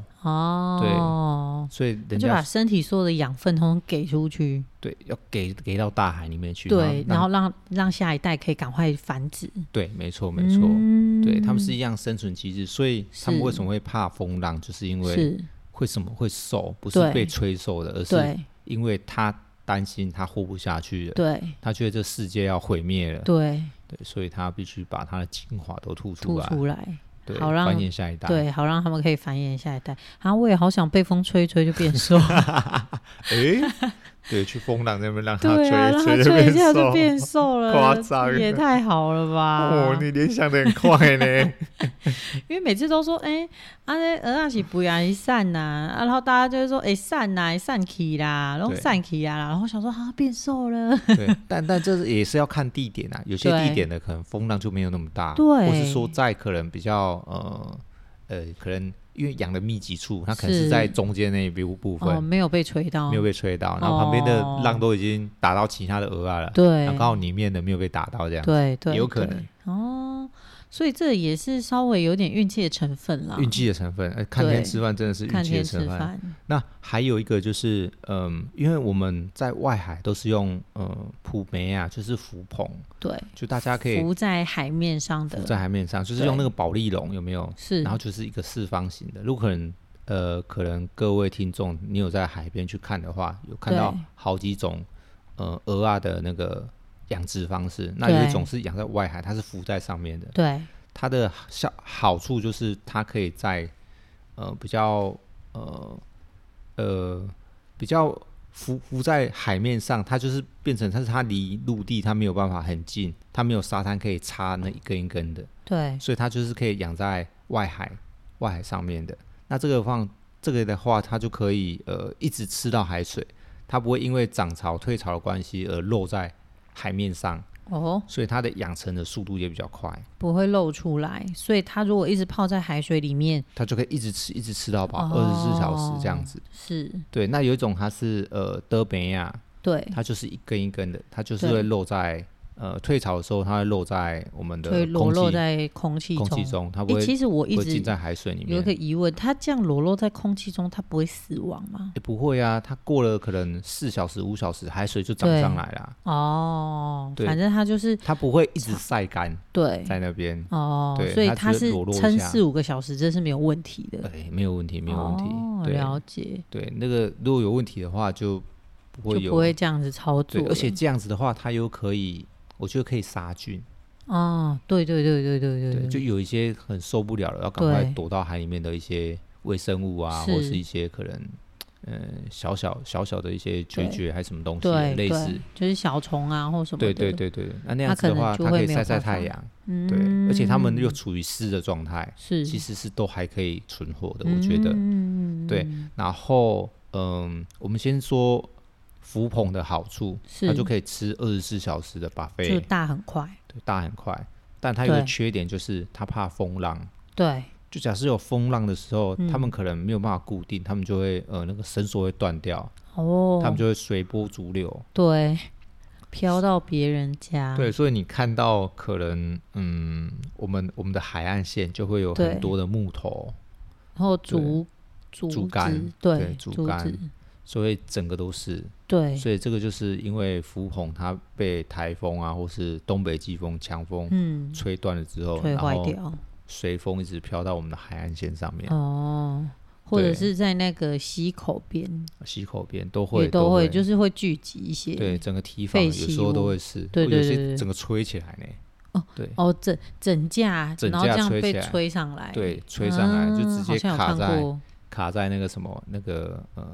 Speaker 2: 哦，
Speaker 1: 所以
Speaker 2: 他
Speaker 1: 人
Speaker 2: 就把
Speaker 1: 家
Speaker 2: 身体所有的养分通通给出去，
Speaker 1: 对要给给到大海里面去，
Speaker 2: 对，
Speaker 1: 让
Speaker 2: 然后让让下一代可以赶快繁殖，
Speaker 1: 对，没错没错，
Speaker 2: 嗯
Speaker 1: 对他们是一样生存机制，所以他们
Speaker 2: 是
Speaker 1: 为什么会怕风浪，就是因为
Speaker 2: 是，
Speaker 1: 为什么会瘦，不是
Speaker 2: 对
Speaker 1: 被吹瘦的，而是
Speaker 2: 对
Speaker 1: 因为他担心他活不下去了，
Speaker 2: 对
Speaker 1: 他觉得这世界要毁灭了，
Speaker 2: 对，
Speaker 1: 对，所以他必须把他的精华都吐出
Speaker 2: 吐
Speaker 1: 来，
Speaker 2: 出来，
Speaker 1: 对，
Speaker 2: 好让
Speaker 1: 繁衍下一代，
Speaker 2: 对，好让他们可以繁衍下一代。啊，我也好想被风吹一吹就变 瘦，
Speaker 1: 诶， 对，去风浪那边让他
Speaker 2: 对啊，让它吹一下就变瘦了，
Speaker 1: 夸张哦
Speaker 2: 也
Speaker 1: 了
Speaker 2: 太好了
Speaker 1: 啊
Speaker 2: 吧？
Speaker 1: 联想的很快呢。
Speaker 2: 因为每次都说，哎、啊那鹅啊是不要一散呐、啊，然后大家就会说，哎、散呐、散起啦，然后
Speaker 1: 对
Speaker 2: 散起啦，然后我想说，啊，变瘦了，
Speaker 1: 对， 但但这是也是要看地点啊，有些
Speaker 2: 对
Speaker 1: 地点的可能风浪就没有那么大，
Speaker 2: 对
Speaker 1: 或是说在可能比较呃呃，可能因为养的密集处，它可能
Speaker 2: 是
Speaker 1: 是在中间那一部部分、
Speaker 2: 哦，没有被吹到，
Speaker 1: 没有被吹到，然后旁边的
Speaker 2: 哦
Speaker 1: 浪都已经打到其他的鹅啊了，
Speaker 2: 对
Speaker 1: 然，后刚好里面的没有被打到这样，
Speaker 2: 对对，
Speaker 1: 也有可
Speaker 2: 对
Speaker 1: 能
Speaker 2: 哦，所以这也是稍微有点运气的成分啦，
Speaker 1: 运气的成分，呃，看
Speaker 2: 啊对
Speaker 1: 天吃饭真的是运
Speaker 2: 看
Speaker 1: 气的
Speaker 2: 天吃
Speaker 1: 成分。
Speaker 2: 饭，
Speaker 1: 那还有一个就是，嗯，因为我们在外海都是用呃普媒啊，就是浮棚，
Speaker 2: 对，
Speaker 1: 就大家可以
Speaker 2: 浮在海面上
Speaker 1: 浮
Speaker 2: 的，
Speaker 1: 在海面上，就是
Speaker 2: 对
Speaker 1: 用那个保丽龙有没有？
Speaker 2: 是，
Speaker 1: 然后就是一个四方形的。如果可能，呃，可能各位听众你有在海边去看的话，有看到
Speaker 2: 对
Speaker 1: 好几种呃鹅啊的那个养殖方式。那有
Speaker 2: 对
Speaker 1: 一种是养在外海，它是浮在上面的。
Speaker 2: 对
Speaker 1: 它的效好处就是它可以在呃比较呃呃比较浮浮在海面上，它就是变成它是它离陆地它没有办法很近，它没有沙滩可以插那一根一根的，
Speaker 2: 对
Speaker 1: 所以它就是可以养在外海外海上面的。那这个放这个的话，它就可以呃一直吃到海水，它不会因为涨潮退潮的关系而落在海面上，
Speaker 2: 哦，
Speaker 1: 所以它的养成的速度也比较快。
Speaker 2: 不会露出来，所以它如果一直泡在海水里面，
Speaker 1: 它就可以一直吃，一直吃到饱，
Speaker 2: 哦
Speaker 1: 二十四小时这样子。
Speaker 2: 是
Speaker 1: 对，那有一种它是呃德北亚，
Speaker 2: 对，
Speaker 1: 它就是一根一根的，它就是
Speaker 2: 对
Speaker 1: 会露在呃退潮的时候，它会露在我们的
Speaker 2: 所以裸
Speaker 1: 空
Speaker 2: 露
Speaker 1: 气
Speaker 2: 在空气
Speaker 1: 空
Speaker 2: 中
Speaker 1: 气。中，它不
Speaker 2: 诶
Speaker 1: 会
Speaker 2: 其实我一
Speaker 1: 不会
Speaker 2: 直
Speaker 1: 浸在海水里
Speaker 2: 有一
Speaker 1: 面。
Speaker 2: 个疑问，它这样裸露在空气中，它不会死亡吗？
Speaker 1: 也不会啊，它过了可能四小时、五小时，海水就涨
Speaker 2: 对
Speaker 1: 上来了，
Speaker 2: 哦，
Speaker 1: 对
Speaker 2: 反正它就是
Speaker 1: 它不会一直晒干
Speaker 2: 对
Speaker 1: 在那边，
Speaker 2: 哦，
Speaker 1: 对
Speaker 2: 所以
Speaker 1: 它
Speaker 2: 它
Speaker 1: 只是
Speaker 2: 是
Speaker 1: 裸露一
Speaker 2: 撑
Speaker 1: 下
Speaker 2: 四五个小时，这是没有问题的，
Speaker 1: 哎，没有问题，没有问题。
Speaker 2: 哦、
Speaker 1: 对
Speaker 2: 了解，
Speaker 1: 对，那个如果有问题的话，就不会
Speaker 2: 就
Speaker 1: 有
Speaker 2: 不会这样子操作
Speaker 1: 对，
Speaker 2: 了。
Speaker 1: 而且这样子的话，它又可以，我觉得可以杀菌。
Speaker 2: 哦，对对对对对
Speaker 1: 对，
Speaker 2: 对
Speaker 1: 就有一些很受不了了，要赶快
Speaker 2: 对
Speaker 1: 躲到海里面的一些微生物啊，
Speaker 2: 是
Speaker 1: 或是一些可能呃小小小小的一些
Speaker 2: 对
Speaker 1: 决绝还是什么东西的，
Speaker 2: 对
Speaker 1: 类似。
Speaker 2: 对，就是小虫啊或什么
Speaker 1: 对
Speaker 2: 的，
Speaker 1: 对对对，那那
Speaker 2: 它
Speaker 1: 样子
Speaker 2: 可
Speaker 1: 的
Speaker 2: 能
Speaker 1: 话，
Speaker 2: 就
Speaker 1: 它
Speaker 2: 会
Speaker 1: 可以
Speaker 2: 没有
Speaker 1: 晒晒
Speaker 2: 办法
Speaker 1: 太阳，
Speaker 2: 嗯，
Speaker 1: 对，而且它们又处于湿的状态，
Speaker 2: 是
Speaker 1: 其实是都还可以存活的，我觉得。
Speaker 2: 嗯
Speaker 1: 对然后，嗯，我们先说浮捧的好处，
Speaker 2: 是
Speaker 1: 它就可以吃二十四小时的
Speaker 2: 就
Speaker 1: buffet，
Speaker 2: 大很快，
Speaker 1: 对大很快，但它有个
Speaker 2: 对
Speaker 1: 缺点就是它怕风浪，
Speaker 2: 对
Speaker 1: 就假设有风浪的时候，
Speaker 2: 嗯
Speaker 1: 他们可能没有办法固定，他们就会呃那个绳索会断掉，
Speaker 2: 哦，
Speaker 1: 他们就会随波逐流。
Speaker 2: 对飘到别人家，
Speaker 1: 对，所以你看到可能嗯，我们我们的海岸线就会有
Speaker 2: 对
Speaker 1: 很多的木头，
Speaker 2: 然后竹竹
Speaker 1: 竹
Speaker 2: 子
Speaker 1: 竿
Speaker 2: 对
Speaker 1: 对
Speaker 2: 竹
Speaker 1: 竹
Speaker 2: 子
Speaker 1: 竿所以整个都是。
Speaker 2: 对，
Speaker 1: 所以这个就是因为浮棚它被台风啊，或是东北季风、强风
Speaker 2: 嗯，
Speaker 1: 吹断了之后，
Speaker 2: 吹
Speaker 1: 然
Speaker 2: 坏
Speaker 1: 后
Speaker 2: 掉
Speaker 1: 随风一直飘到我们的海岸线上面、
Speaker 2: 哦，或者
Speaker 1: 对
Speaker 2: 是在那个溪口边
Speaker 1: 溪口边都
Speaker 2: 也
Speaker 1: 会
Speaker 2: 都
Speaker 1: 会
Speaker 2: 就是会聚集一些，
Speaker 1: 对，整个堤防有
Speaker 2: 废弃
Speaker 1: 时候都
Speaker 2: 物
Speaker 1: 会是，
Speaker 2: 对
Speaker 1: 或
Speaker 2: 对
Speaker 1: 有
Speaker 2: 对对
Speaker 1: 些整个吹起来呢。
Speaker 2: 哦，
Speaker 1: 对
Speaker 2: 哦，整整架，
Speaker 1: 整
Speaker 2: 然后
Speaker 1: 架
Speaker 2: 这样
Speaker 1: 吹
Speaker 2: 被
Speaker 1: 起来
Speaker 2: 吹上来，
Speaker 1: 对，吹上来、就
Speaker 2: 啊
Speaker 1: 直
Speaker 2: 好
Speaker 1: 接
Speaker 2: 像有
Speaker 1: 卡
Speaker 2: 看
Speaker 1: 在
Speaker 2: 过
Speaker 1: 卡在那个什么那个呃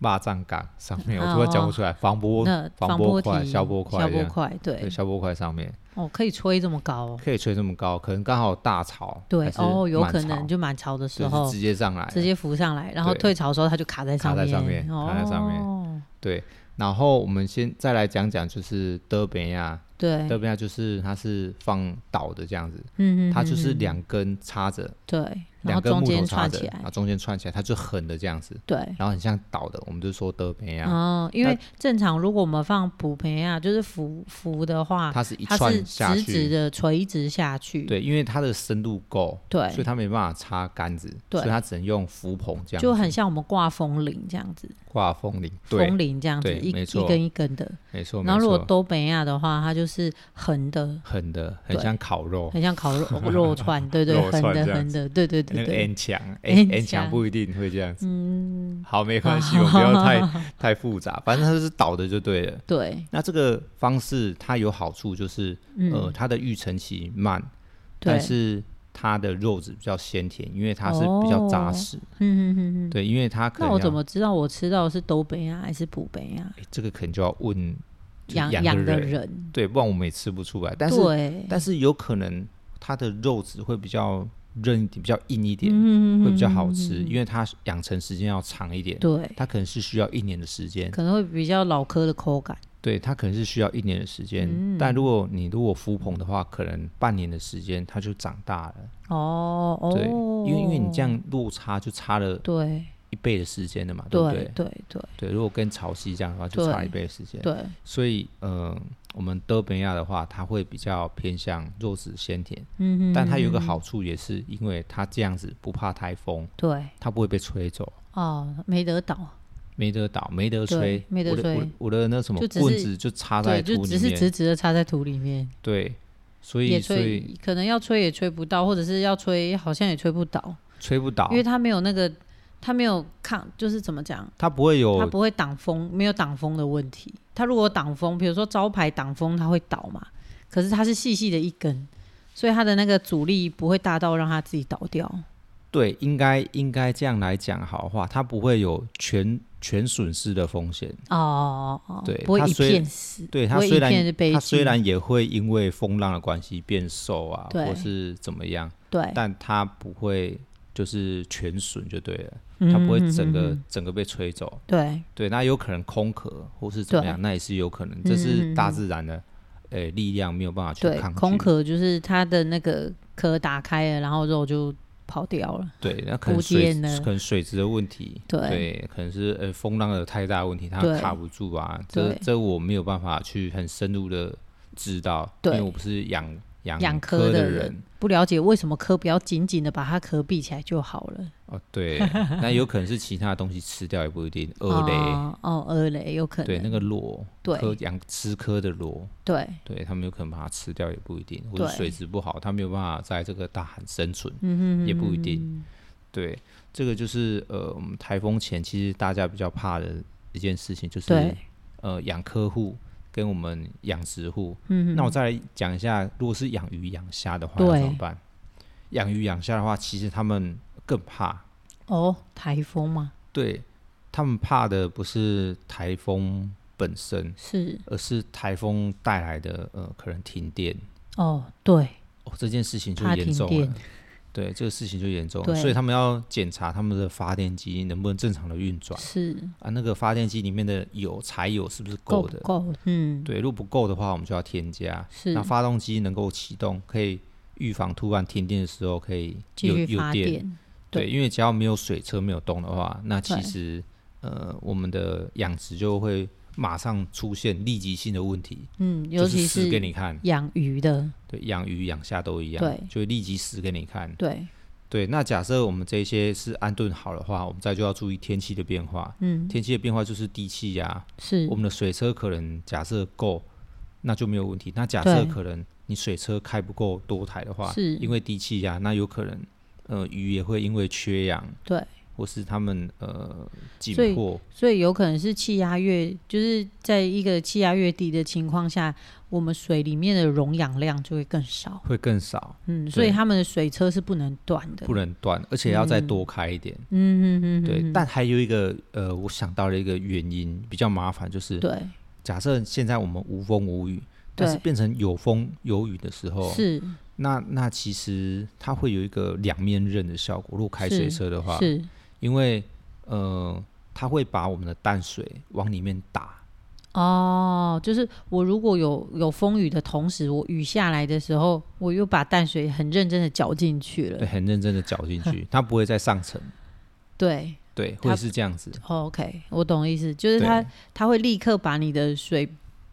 Speaker 1: 蚂蚱杆上面，
Speaker 2: 啊
Speaker 1: 我突然讲不出来，防波
Speaker 2: 那
Speaker 1: 防
Speaker 2: 波
Speaker 1: 波
Speaker 2: 堤
Speaker 1: 块、消波
Speaker 2: 消
Speaker 1: 块这
Speaker 2: 波
Speaker 1: 样，
Speaker 2: 块，对
Speaker 1: 对，，消波块上面
Speaker 2: 哦，可以吹这么高哦，
Speaker 1: 可以吹这么高，可能刚好大潮，
Speaker 2: 对
Speaker 1: 还，是
Speaker 2: 哦，有
Speaker 1: 满
Speaker 2: 可
Speaker 1: 潮
Speaker 2: 能就满潮的时
Speaker 1: 对是
Speaker 2: 候
Speaker 1: 直接上来了，
Speaker 2: 直接浮上来，然后
Speaker 1: 对
Speaker 2: 退潮的时候它就卡在上
Speaker 1: 卡在上
Speaker 2: 面，
Speaker 1: 面卡在上面
Speaker 2: 哦，
Speaker 1: 对。然后我们先再来讲讲，就是德比亚，
Speaker 2: 对，
Speaker 1: 德比亚就是它是放倒的这样子，
Speaker 2: 嗯嗯，
Speaker 1: 它就是
Speaker 2: 嗯嗯
Speaker 1: 两根插着，
Speaker 2: 对，然
Speaker 1: 两
Speaker 2: 后
Speaker 1: 根
Speaker 2: 中
Speaker 1: 木头
Speaker 2: 间
Speaker 1: 插
Speaker 2: 串
Speaker 1: 着
Speaker 2: 起，
Speaker 1: 然
Speaker 2: 来
Speaker 1: 后，中间串起来，它就横的这样子，
Speaker 2: 对。
Speaker 1: 然后很像倒的，我们就说德培亚，
Speaker 2: 哦，因为正常如果我们放普培啊，就是浮浮的话，
Speaker 1: 它是一
Speaker 2: 它是
Speaker 1: 串下
Speaker 2: 直直
Speaker 1: 去，
Speaker 2: 的垂直下去，
Speaker 1: 对，因为它的深度够，
Speaker 2: 对，
Speaker 1: 所以它没办法插杆子，
Speaker 2: 对
Speaker 1: 所以它只能用浮棚这样子，
Speaker 2: 就很像我们挂风铃这样子，
Speaker 1: 挂风铃，对
Speaker 2: 风，铃这样子
Speaker 1: 对
Speaker 2: 一
Speaker 1: 没
Speaker 2: 一
Speaker 1: 错
Speaker 2: 根一根的。
Speaker 1: 没错，
Speaker 2: 然后
Speaker 1: 没
Speaker 2: 如果
Speaker 1: 错
Speaker 2: 都北亚的话，它就是横的，
Speaker 1: 横的，很
Speaker 2: 对
Speaker 1: 像烤肉，
Speaker 2: 很像烤肉 肉串，对对，
Speaker 1: 肉
Speaker 2: 横
Speaker 1: 串
Speaker 2: 的
Speaker 1: 这样
Speaker 2: 横的，对对
Speaker 1: 那
Speaker 2: 对
Speaker 1: 个
Speaker 2: 对，
Speaker 1: N 墙
Speaker 2: N
Speaker 1: ，N N
Speaker 2: 墙
Speaker 1: 墙不一定会这样子，
Speaker 2: 嗯，
Speaker 1: 好，没关系，我们不要 太太复杂，反正它就是倒的就对了。
Speaker 2: 对，
Speaker 1: 那这个方式它有好处就是，呃，
Speaker 2: 嗯，
Speaker 1: 它的育成期慢，
Speaker 2: 对
Speaker 1: 但，是它的肉质比较鲜甜，因为它是比较扎实。
Speaker 2: 嗯嗯嗯嗯。
Speaker 1: 对，因为它可能
Speaker 2: 那
Speaker 1: 要
Speaker 2: 我怎么知道我吃到的是都北亚还是补北亚？
Speaker 1: 诶这个可能就要问就
Speaker 2: 养
Speaker 1: 养
Speaker 2: 养
Speaker 1: 的
Speaker 2: 的人，
Speaker 1: 对，不然我们也吃不出来。但是
Speaker 2: 对，
Speaker 1: 但是有可能它的肉质会比较韧一点，比较硬一点，
Speaker 2: 嗯
Speaker 1: 会比较好吃，因
Speaker 2: 为
Speaker 1: 为它养成时间要长一点，
Speaker 2: 对，
Speaker 1: 它可能是需要一年的时间。
Speaker 2: 可能会比较老科的口感，
Speaker 1: 对，它可能是需要一年的时间，
Speaker 2: 嗯
Speaker 1: 但如果你如果浮棚的话，可能半年的时间它就长大了。
Speaker 2: 哦哦，
Speaker 1: 对，因为因为你这样落差就差了
Speaker 2: 对
Speaker 1: 一倍的时间了嘛，不
Speaker 2: 对
Speaker 1: 对？
Speaker 2: 对对
Speaker 1: 对，如果跟潮汐这样的话，就
Speaker 2: 对
Speaker 1: 差一倍的时间。
Speaker 2: 对，
Speaker 1: 所以，呃，我们德本亚的话，它会比较偏向肉质鲜甜，
Speaker 2: 嗯，
Speaker 1: 但它有一个
Speaker 2: 嗯
Speaker 1: 好处，也是因为它这样子不怕台风，
Speaker 2: 对
Speaker 1: 它不会被吹走，
Speaker 2: 哦，没得倒，
Speaker 1: 没得倒，没得
Speaker 2: 对
Speaker 1: 吹，
Speaker 2: 没得
Speaker 1: 我的
Speaker 2: 吹
Speaker 1: 我的我的那什么
Speaker 2: 就只
Speaker 1: 棍
Speaker 2: 是
Speaker 1: 子就插在
Speaker 2: 对，
Speaker 1: 土里
Speaker 2: 就
Speaker 1: 面，
Speaker 2: 只是直直的插在土里面，
Speaker 1: 对，所
Speaker 2: 也
Speaker 1: 以所
Speaker 2: 吹
Speaker 1: 以
Speaker 2: 可能要吹也吹不到，或者是要吹好像也吹不倒，
Speaker 1: 吹不倒
Speaker 2: 因，为它没有那个它没有抗，就是怎么讲，
Speaker 1: 它不会
Speaker 2: 它
Speaker 1: 有
Speaker 2: 不会挡风，没有挡风的问题。它如果挡风，比如说招牌挡风，它会倒嘛，可是它是细细的一根，所以它的那个阻力不会大到让它自己倒掉。
Speaker 1: 对，应该应该这样来讲好话，它不会有全全损失的风险。
Speaker 2: 哦哦，哦
Speaker 1: 对
Speaker 2: 不会
Speaker 1: 它
Speaker 2: 一
Speaker 1: 虽
Speaker 2: 片死，
Speaker 1: 对它
Speaker 2: 不会
Speaker 1: 虽
Speaker 2: 一片
Speaker 1: 然
Speaker 2: 是悲
Speaker 1: 它
Speaker 2: 剧。
Speaker 1: 虽然也会因为风浪的关系变瘦啊，
Speaker 2: 对
Speaker 1: 或是怎么样，
Speaker 2: 对，
Speaker 1: 但它不会就是全损就对了，
Speaker 2: 嗯
Speaker 1: 它不会整
Speaker 2: 嗯
Speaker 1: 个
Speaker 2: 嗯嗯
Speaker 1: 整个被吹走。
Speaker 2: 对
Speaker 1: 对，那有可能空壳或是怎么样，那也是有可能，这是大自然的诶力量没有办法去
Speaker 2: 嗯对
Speaker 1: 抗，拒。
Speaker 2: 空壳就是它的那个壳打开了，然后肉就跑掉了。
Speaker 1: 对，那可能
Speaker 2: 不
Speaker 1: 水
Speaker 2: 见了
Speaker 1: 可能水质的问题，
Speaker 2: 对
Speaker 1: 可能是呃风浪的太大问题，它
Speaker 2: 对
Speaker 1: 卡不住啊。这
Speaker 2: 对
Speaker 1: 这我没有办法去很深入的知道，因
Speaker 2: 对
Speaker 1: 为我不是养养
Speaker 2: 养
Speaker 1: 科
Speaker 2: 科的
Speaker 1: 人
Speaker 2: 人不了解为什么壳不要紧紧的把它壳闭起来就好了。
Speaker 1: 哦。 对，那有可能是其他东西吃掉也不一定，蛾雷，
Speaker 2: 哦，哦鹅雷有可能。
Speaker 1: 对那个螺，
Speaker 2: 对
Speaker 1: 科养吃科的螺，
Speaker 2: 对
Speaker 1: 对他们有可能把它吃掉也不一定，或者
Speaker 2: 对
Speaker 1: 水质不好，它没有办法在这个大海生存。
Speaker 2: 嗯
Speaker 1: 也不一定。对，这个就是呃，我们台风前其实大家比较怕的一件事情，就是
Speaker 2: 对
Speaker 1: 呃养客户跟我们养殖户。
Speaker 2: 嗯，
Speaker 1: 那我再来讲一下，如果是养鱼养虾的话，
Speaker 2: 对
Speaker 1: 要怎么办？养鱼养虾的话，其实他们更怕，
Speaker 2: 哦，台风嘛，
Speaker 1: 对他们怕的不是台风本身，
Speaker 2: 是
Speaker 1: 而是台风带来的呃可能停电。
Speaker 2: 哦，对
Speaker 1: 哦，这件事情就
Speaker 2: 怕
Speaker 1: 严
Speaker 2: 停
Speaker 1: 重
Speaker 2: 电
Speaker 1: 了。对，这个事情就严重了，
Speaker 2: 对
Speaker 1: 所以他们要检查他们的发电机能不能正常的运转
Speaker 2: 是
Speaker 1: 啊，那个发电机里面的油柴油是不是够
Speaker 2: 够不
Speaker 1: 的？
Speaker 2: 够？嗯，
Speaker 1: 对，如果不够的话，我们就要添加。
Speaker 2: 是
Speaker 1: 那发动机能够启动，可以预防突然停电的时候可以
Speaker 2: 继
Speaker 1: 有
Speaker 2: 续
Speaker 1: 有
Speaker 2: 发
Speaker 1: 电。
Speaker 2: 电。
Speaker 1: 对，
Speaker 2: 对
Speaker 1: 因为只要没有水车没有动的话，那其
Speaker 2: 对
Speaker 1: 实呃我们的养殖就会马上出现立即性的问题，
Speaker 2: 嗯，
Speaker 1: 就
Speaker 2: 尤
Speaker 1: 是
Speaker 2: 其
Speaker 1: 死
Speaker 2: 是
Speaker 1: 给你看。
Speaker 2: 养鱼的，
Speaker 1: 对，养鱼养虾都一样，
Speaker 2: 对
Speaker 1: 就会立即死给你看。
Speaker 2: 对，
Speaker 1: 对，那假设我们这些是安顿好的话，我们再就要注意天气的变化。
Speaker 2: 嗯，
Speaker 1: 天气的变化就是地气啊压、
Speaker 2: 是
Speaker 1: 我们的水车可能假设够，那就没有问题。那假设
Speaker 2: 对
Speaker 1: 可能你水车开不够多台的话，
Speaker 2: 是
Speaker 1: 因为低气压，那有可能呃鱼也会因为缺氧，
Speaker 2: 对，
Speaker 1: 或是他们呃紧
Speaker 2: 所以
Speaker 1: 迫，
Speaker 2: 所以有可能是气压越，就是在一个气压越低的情况下，我们水里面的溶氧量就会更少。
Speaker 1: 会更少，
Speaker 2: 嗯，所以他们的水车是不能断的。
Speaker 1: 不能断，而且要再多开一点。
Speaker 2: 嗯嗯嗯，
Speaker 1: 对，
Speaker 2: 嗯
Speaker 1: 但还有一个呃，我想到了一个原因比较麻烦，就是
Speaker 2: 对
Speaker 1: 假设现在我们无风无雨，
Speaker 2: 对
Speaker 1: 但是变成有风有雨的时候，
Speaker 2: 是
Speaker 1: 那那其实它会有一个两面刃的效果。如果开
Speaker 2: 是
Speaker 1: 水车的话，
Speaker 2: 是
Speaker 1: 因为呃，它会把我们的淡水往里面打，
Speaker 2: 哦，就是我如果有有风雨的同时，我雨下来的时候，我又把淡水很认真的搅进去
Speaker 1: 对，
Speaker 2: 了。
Speaker 1: 很认真的搅进 去，它不会再上层，
Speaker 2: 对
Speaker 1: 对，
Speaker 2: 它
Speaker 1: 会是这样子。
Speaker 2: 哦，OK，我懂意思，就是
Speaker 1: 对
Speaker 2: 它它会立刻把你的水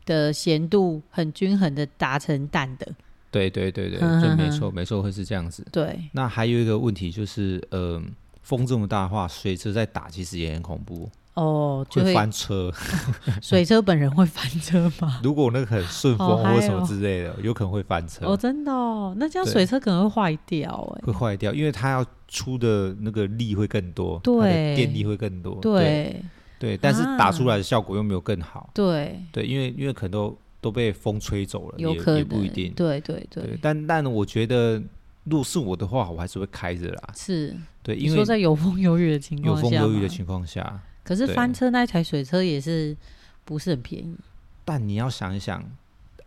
Speaker 2: 的咸度很均衡的打成淡的。
Speaker 1: 对对对 对，
Speaker 2: 嗯
Speaker 1: 就没
Speaker 2: 嗯嗯
Speaker 1: 错没错，会是这样子。
Speaker 2: 对，
Speaker 1: 那还有一个问题就是，呃，风这么大的话，水车在打其实也很恐怖，
Speaker 2: 哦，就
Speaker 1: 会
Speaker 2: 会
Speaker 1: 翻车。
Speaker 2: 水车本人会翻车吗？
Speaker 1: 如果那个很顺风
Speaker 2: 好
Speaker 1: 或
Speaker 2: 嗨
Speaker 1: 什么
Speaker 2: 哦
Speaker 1: 之类的，有可能会翻车。
Speaker 2: 哦，真的哦，那这样
Speaker 1: 对
Speaker 2: 水车可能会坏掉哎、
Speaker 1: 会坏掉，因为它要出的那个力会更多，
Speaker 2: 对
Speaker 1: 它的电力会更多，对
Speaker 2: 对
Speaker 1: 对但是
Speaker 2: 啊
Speaker 1: 打出来的效果又没有更好，
Speaker 2: 对，
Speaker 1: 对，因为因为可能都都被风吹走了，
Speaker 2: 有
Speaker 1: 也
Speaker 2: 可
Speaker 1: 也
Speaker 2: 能
Speaker 1: 不一定，
Speaker 2: 对对对，
Speaker 1: 但但我觉得，如果是我的话，我还是会开着啦，
Speaker 2: 是。
Speaker 1: 对，
Speaker 2: 你
Speaker 1: 因
Speaker 2: 说
Speaker 1: 为
Speaker 2: 在有风有雨的情
Speaker 1: 有
Speaker 2: 况
Speaker 1: 风
Speaker 2: 下
Speaker 1: 有雨的
Speaker 2: 嘛
Speaker 1: 情况下，
Speaker 2: 可是
Speaker 1: 对
Speaker 2: 翻车那一台水车也是不是很便宜？
Speaker 1: 但你要想一想，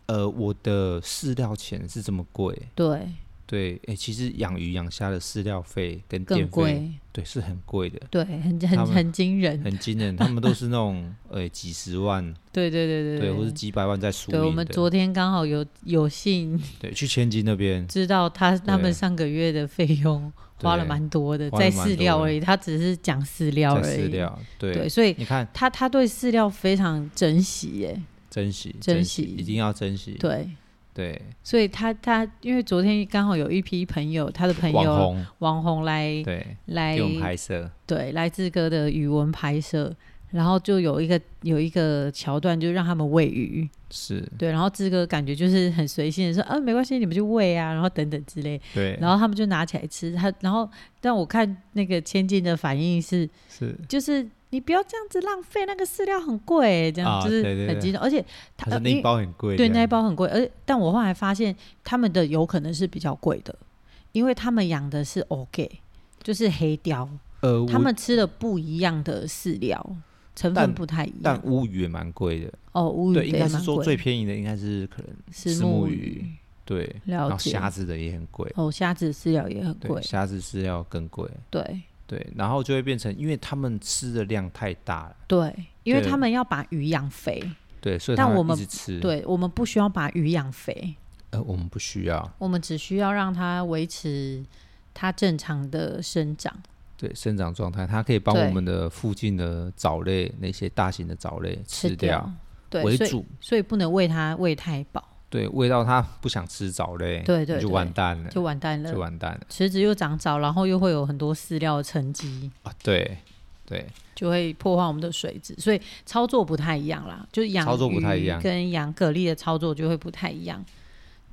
Speaker 1: 呃，我的饲料钱是这么贵，
Speaker 2: 对
Speaker 1: 对，哎、其实养鱼养虾的饲料费跟
Speaker 2: 更
Speaker 1: 电费，
Speaker 2: 贵，
Speaker 1: 对，是很贵的，
Speaker 2: 对，很
Speaker 1: 他
Speaker 2: 很
Speaker 1: 们
Speaker 2: 很惊人，
Speaker 1: 很惊人。他们都是那种呃几十万，
Speaker 2: 对对
Speaker 1: 对，
Speaker 2: 对对
Speaker 1: 或是几百万在输
Speaker 2: 对，我
Speaker 1: 赢
Speaker 2: 们
Speaker 1: 的。
Speaker 2: 昨天刚好有有幸
Speaker 1: 对，去千金那边，
Speaker 2: 知道他他们上个月的费用
Speaker 1: 对
Speaker 2: 花了蛮多的，
Speaker 1: 花了
Speaker 2: 在
Speaker 1: 蛮多的
Speaker 2: 饲料而已，他只是讲饲料
Speaker 1: 在
Speaker 2: 而
Speaker 1: 饲
Speaker 2: 已，
Speaker 1: 料，
Speaker 2: 对，
Speaker 1: 对，
Speaker 2: 所以
Speaker 1: 你看
Speaker 2: 他他对饲料非常珍惜耶，
Speaker 1: 珍惜，
Speaker 2: 珍
Speaker 1: 珍惜，
Speaker 2: 惜
Speaker 1: 一定要珍惜。
Speaker 2: 对，
Speaker 1: 对，
Speaker 2: 所以他他因为昨天刚好有一批朋友，他的朋
Speaker 1: 网
Speaker 2: 友
Speaker 1: 红，
Speaker 2: 网红来
Speaker 1: 对，
Speaker 2: 来
Speaker 1: 给我们拍摄，
Speaker 2: 对来自哥的语文拍摄。然后就有一个有一个桥段，就让他们喂鱼，
Speaker 1: 是
Speaker 2: 对。然后志哥感觉就是很随性的说，啊，没关系，你们就喂啊，然后等等之类。
Speaker 1: 对，
Speaker 2: 然后他们就拿起来吃，他然后但我看那个千金的反应是，
Speaker 1: 是
Speaker 2: 就是你不要这样子浪费，那个饲料很贵，这样、
Speaker 1: 啊
Speaker 2: 就是
Speaker 1: 对对
Speaker 2: 很
Speaker 1: 对
Speaker 2: 激动，而且
Speaker 1: 他
Speaker 2: 他
Speaker 1: 说
Speaker 2: 呃
Speaker 1: 那
Speaker 2: 因
Speaker 1: 一
Speaker 2: 为
Speaker 1: 包很贵，
Speaker 2: 对
Speaker 1: 这
Speaker 2: 那一
Speaker 1: 样
Speaker 2: 包很贵，而且但我后来发现他们的有可能是比较贵的，因为他们养的是 OK，就是黑貂，
Speaker 1: 呃，
Speaker 2: 他
Speaker 1: 乌
Speaker 2: 们吃的不一样的饲料，成
Speaker 1: 但
Speaker 2: 分不太一
Speaker 1: 但
Speaker 2: 样。
Speaker 1: 乌鱼也蛮贵的，
Speaker 2: 哦，乌鱼
Speaker 1: 对，应
Speaker 2: 的
Speaker 1: 该
Speaker 2: 也
Speaker 1: 是
Speaker 2: 蛮
Speaker 1: 说
Speaker 2: 贵
Speaker 1: 最便宜的应该是可能
Speaker 2: 石
Speaker 1: 石目
Speaker 2: 目
Speaker 1: 鱼，对，然
Speaker 2: 了
Speaker 1: 后
Speaker 2: 解
Speaker 1: 虾子的也很贵，
Speaker 2: 哦，虾子饲料也很贵
Speaker 1: 对，，虾子是要更贵，
Speaker 2: 对
Speaker 1: 对，然后就会变成因为他们吃的量太大了，
Speaker 2: 对，因为
Speaker 1: 对
Speaker 2: 他们要把鱼养肥。
Speaker 1: 对，所以
Speaker 2: 但
Speaker 1: 他
Speaker 2: 我
Speaker 1: 们
Speaker 2: 们
Speaker 1: 一直吃，，
Speaker 2: 对，我们不需要把鱼养肥，
Speaker 1: 呃，我们不需要，
Speaker 2: 我们只需要让它维持它正常的生长。
Speaker 1: 对，生长状态，它可以帮
Speaker 2: 对
Speaker 1: 我们的附近的藻类那些大型的藻类吃
Speaker 2: 掉，
Speaker 1: 为
Speaker 2: 对，所以
Speaker 1: 主，
Speaker 2: 所以不能喂它喂太饱，
Speaker 1: 对，喂到它不想吃藻类，
Speaker 2: 对
Speaker 1: 你
Speaker 2: 对
Speaker 1: 就
Speaker 2: 对
Speaker 1: 完蛋了，
Speaker 2: 就完蛋了
Speaker 1: 就。完蛋了
Speaker 2: 池子又长藻，然后又会有很多饲料的沉积，
Speaker 1: 啊，对对，
Speaker 2: 就会破坏我们的水质，所以操作不太一样啦。就是养
Speaker 1: 操作不太一
Speaker 2: 鱼
Speaker 1: 样
Speaker 2: 跟养蛤蜊的操作就会不太一样。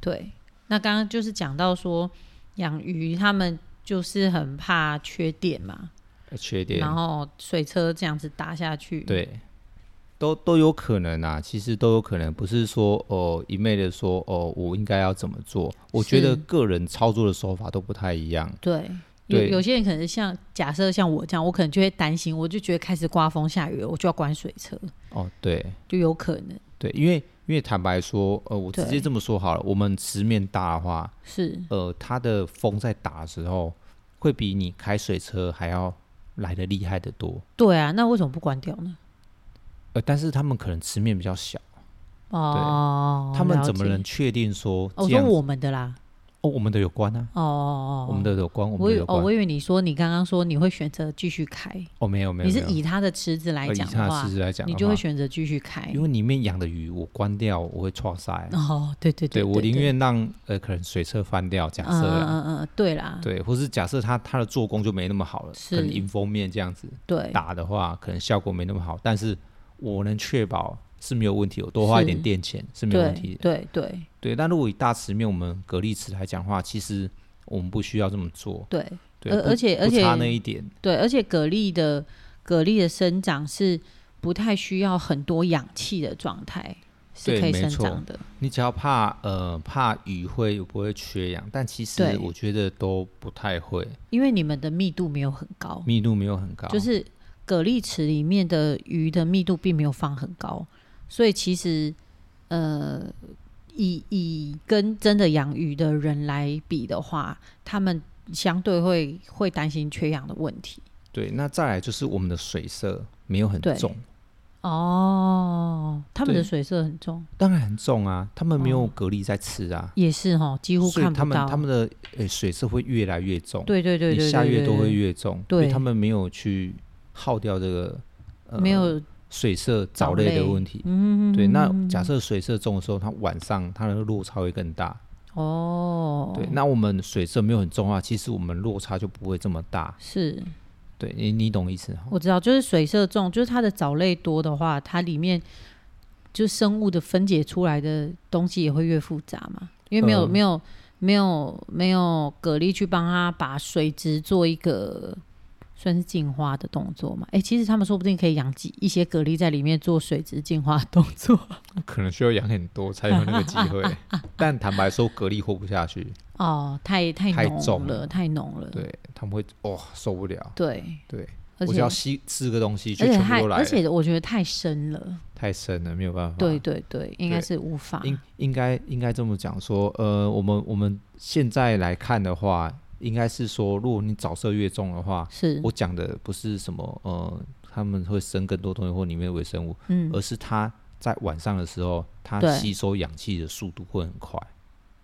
Speaker 2: 对，那刚刚就是讲到说养鱼，他们就是很怕缺电嘛，
Speaker 1: 呃缺点，
Speaker 2: 然后水车这样子打下去，
Speaker 1: 对，都都有可能啊，其实都有可能，不是说哦一昧的说哦我应该要怎么做，我觉得
Speaker 2: 是
Speaker 1: 个人操作的手法都不太一样，
Speaker 2: 对，有
Speaker 1: 对
Speaker 2: 有些人可能像假设像我这样，我可能就会担心，我就觉得开始刮风下雨了，我就要关水车，
Speaker 1: 哦对
Speaker 2: 就有可能
Speaker 1: 对，因为因为坦白说，呃我直接
Speaker 2: 对
Speaker 1: 这么说好了，我们池面大的话，
Speaker 2: 是
Speaker 1: 呃它的风在打的时候，会比你开水车还要来的厉害得多，
Speaker 2: 对啊。那为什么不关掉呢？
Speaker 1: 呃但是他们可能池面比较小，
Speaker 2: 哦，
Speaker 1: 他们
Speaker 2: 了
Speaker 1: 怎么
Speaker 2: 解
Speaker 1: 能？确定说
Speaker 2: 哦我
Speaker 1: 这
Speaker 2: 说
Speaker 1: 样子
Speaker 2: 我们的啦，
Speaker 1: 哦我们的有关啊，
Speaker 2: 哦哦哦，
Speaker 1: 我们的有关，我
Speaker 2: 我
Speaker 1: 们
Speaker 2: 以
Speaker 1: 的有
Speaker 2: 哦，我
Speaker 1: 关，
Speaker 2: 以为你说你刚刚说你会选择继续开，
Speaker 1: 哦没有没有，
Speaker 2: 你是
Speaker 1: 没有
Speaker 2: 以他的池子来
Speaker 1: 呃以
Speaker 2: 讲
Speaker 1: 他
Speaker 2: 的
Speaker 1: 的
Speaker 2: 话，
Speaker 1: 事实来讲的
Speaker 2: 你
Speaker 1: 话，
Speaker 2: 就会选择继续开。
Speaker 1: 因为里面养的鱼我关掉，我会错塞。
Speaker 2: 哦，对对
Speaker 1: 对
Speaker 2: 对，
Speaker 1: 我宁愿让呃可能水车翻掉，假
Speaker 2: 嗯
Speaker 1: 设
Speaker 2: 嗯
Speaker 1: 啦，
Speaker 2: 嗯嗯，对啦，
Speaker 1: 对，或是假设它它的做工就没那么好了，可
Speaker 2: 是
Speaker 1: 能迎风面这样子
Speaker 2: 对
Speaker 1: 打的话，可能效果没那么好，但是我能确保是没有问题，我多花一点
Speaker 2: 是
Speaker 1: 电钱是没有问题
Speaker 2: 对
Speaker 1: 的。
Speaker 2: 对对
Speaker 1: 对，但如果以大池面我们蛤蜊池来讲的话，其实我们不需要这么做，
Speaker 2: 对，
Speaker 1: 对，
Speaker 2: 而
Speaker 1: 不
Speaker 2: 而且而
Speaker 1: 不
Speaker 2: 且
Speaker 1: 差那一点，
Speaker 2: 对，而且蛤蜊的蛤蜊的生长是不太需要很多氧气的状态，是
Speaker 1: 对
Speaker 2: 可以
Speaker 1: 没
Speaker 2: 生
Speaker 1: 错
Speaker 2: 长的。
Speaker 1: 你只要怕呃怕鱼会不会缺氧，但其实
Speaker 2: 对
Speaker 1: 我觉得都不太会，
Speaker 2: 因为你们的密度没有很高，
Speaker 1: 密度没有很高，
Speaker 2: 就是蛤蜊池里面的鱼的密度并没有放很高，所以其实呃，以以跟真的养鱼的人来比的话，他们相对会会担心缺氧的问题。
Speaker 1: 对，那再来就是我们的水色没有很
Speaker 2: 对
Speaker 1: 重，
Speaker 2: 哦，他们的
Speaker 1: 对
Speaker 2: 水色很重，
Speaker 1: 当然很重啊，他们没有
Speaker 2: 哦
Speaker 1: 蛤蜊在吃啊，
Speaker 2: 也是哈，几乎
Speaker 1: 所以
Speaker 2: 看
Speaker 1: 他
Speaker 2: 不
Speaker 1: 们
Speaker 2: 到。
Speaker 1: 他们的呃水色会越来越重，
Speaker 2: 对对对对，
Speaker 1: 你下
Speaker 2: 对
Speaker 1: 越
Speaker 2: 对
Speaker 1: 多会
Speaker 2: 对
Speaker 1: 越重，因为
Speaker 2: 对
Speaker 1: 他们没有去耗掉这个、呃、
Speaker 2: 没有
Speaker 1: 水色藻
Speaker 2: 藻
Speaker 1: 类的
Speaker 2: 类
Speaker 1: 问题。
Speaker 2: 嗯，
Speaker 1: 对，那假设水色重的时候，它晚上它的落差会更大。
Speaker 2: 哦，
Speaker 1: 对，那我们水色没有很重的话，其实我们落差就不会这么大。
Speaker 2: 是
Speaker 1: 对你，你懂意思哈？
Speaker 2: 我知道，就是水色重，就是它的藻类多的话，它里面就生物的分解出来的东西也会越复杂嘛，因为没有、
Speaker 1: 嗯
Speaker 2: 没有没有没有蛤蜊去帮它把水质做一个算是净化的动作嘛。哎、其实他们说不定可以养几一些蛤蜊在里面做水质净化的动作。
Speaker 1: 可能需要养很多才有那个机 会，但坦白说，蛤蜊活不下去。
Speaker 2: 哦，太太
Speaker 1: 太
Speaker 2: 浓
Speaker 1: 重
Speaker 2: 了，
Speaker 1: 了
Speaker 2: 太浓了。
Speaker 1: 对他们会哇、受不了，
Speaker 2: 对
Speaker 1: 对我
Speaker 2: 而且
Speaker 1: 只要吸吃个东西就
Speaker 2: 而且
Speaker 1: 全部
Speaker 2: 太
Speaker 1: 都来
Speaker 2: 而
Speaker 1: 了，
Speaker 2: 且我觉得太深了，
Speaker 1: 太深了，没有办法。
Speaker 2: 对对对，应该是无法。
Speaker 1: 应应该应该这么讲说，呃，我们我们现在来看的话，应该是说，如果你早色越重的话，
Speaker 2: 是，
Speaker 1: 我讲的不是什么呃，他们会生更多东西或里面的微生物，
Speaker 2: 嗯
Speaker 1: 而，是它在晚上的时候，它
Speaker 2: 对
Speaker 1: 吸收氧气的速度会很快。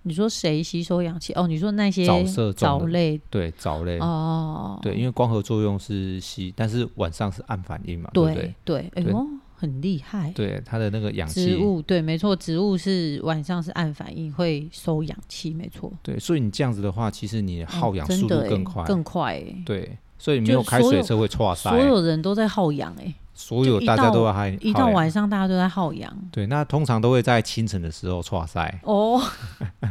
Speaker 2: 你说谁吸收氧气？哦，你说那些
Speaker 1: 早色
Speaker 2: 藻
Speaker 1: 中的
Speaker 2: 类
Speaker 1: 对，藻类，
Speaker 2: 哦，
Speaker 1: 对，因为光合作用是吸，但是晚上是暗反应嘛，啊对不
Speaker 2: 对对，哎
Speaker 1: 对
Speaker 2: 呦，很厉害。
Speaker 1: 对？对，它的那个氧
Speaker 2: 植
Speaker 1: 气，
Speaker 2: 物对，没错，植物是晚上是暗反应会收氧气，没错。
Speaker 1: 对，所以你这样子的话，其实你
Speaker 2: 哦
Speaker 1: 耗氧
Speaker 2: 真
Speaker 1: 速
Speaker 2: 的
Speaker 1: 度
Speaker 2: 欸
Speaker 1: 更快，
Speaker 2: 更快欸。
Speaker 1: 对，所以没
Speaker 2: 就
Speaker 1: 有
Speaker 2: 是
Speaker 1: 开
Speaker 2: 所
Speaker 1: 水
Speaker 2: 有
Speaker 1: 车会错塞
Speaker 2: 所，有人都在耗氧哎，
Speaker 1: 所
Speaker 2: 就
Speaker 1: 有
Speaker 2: 一
Speaker 1: 大家
Speaker 2: 到
Speaker 1: 都要害，
Speaker 2: 一
Speaker 1: 耗
Speaker 2: 到
Speaker 1: 氧
Speaker 2: 晚上大家都在耗氧
Speaker 1: 对，那通常都会在清晨的时候错塞，
Speaker 2: 哦，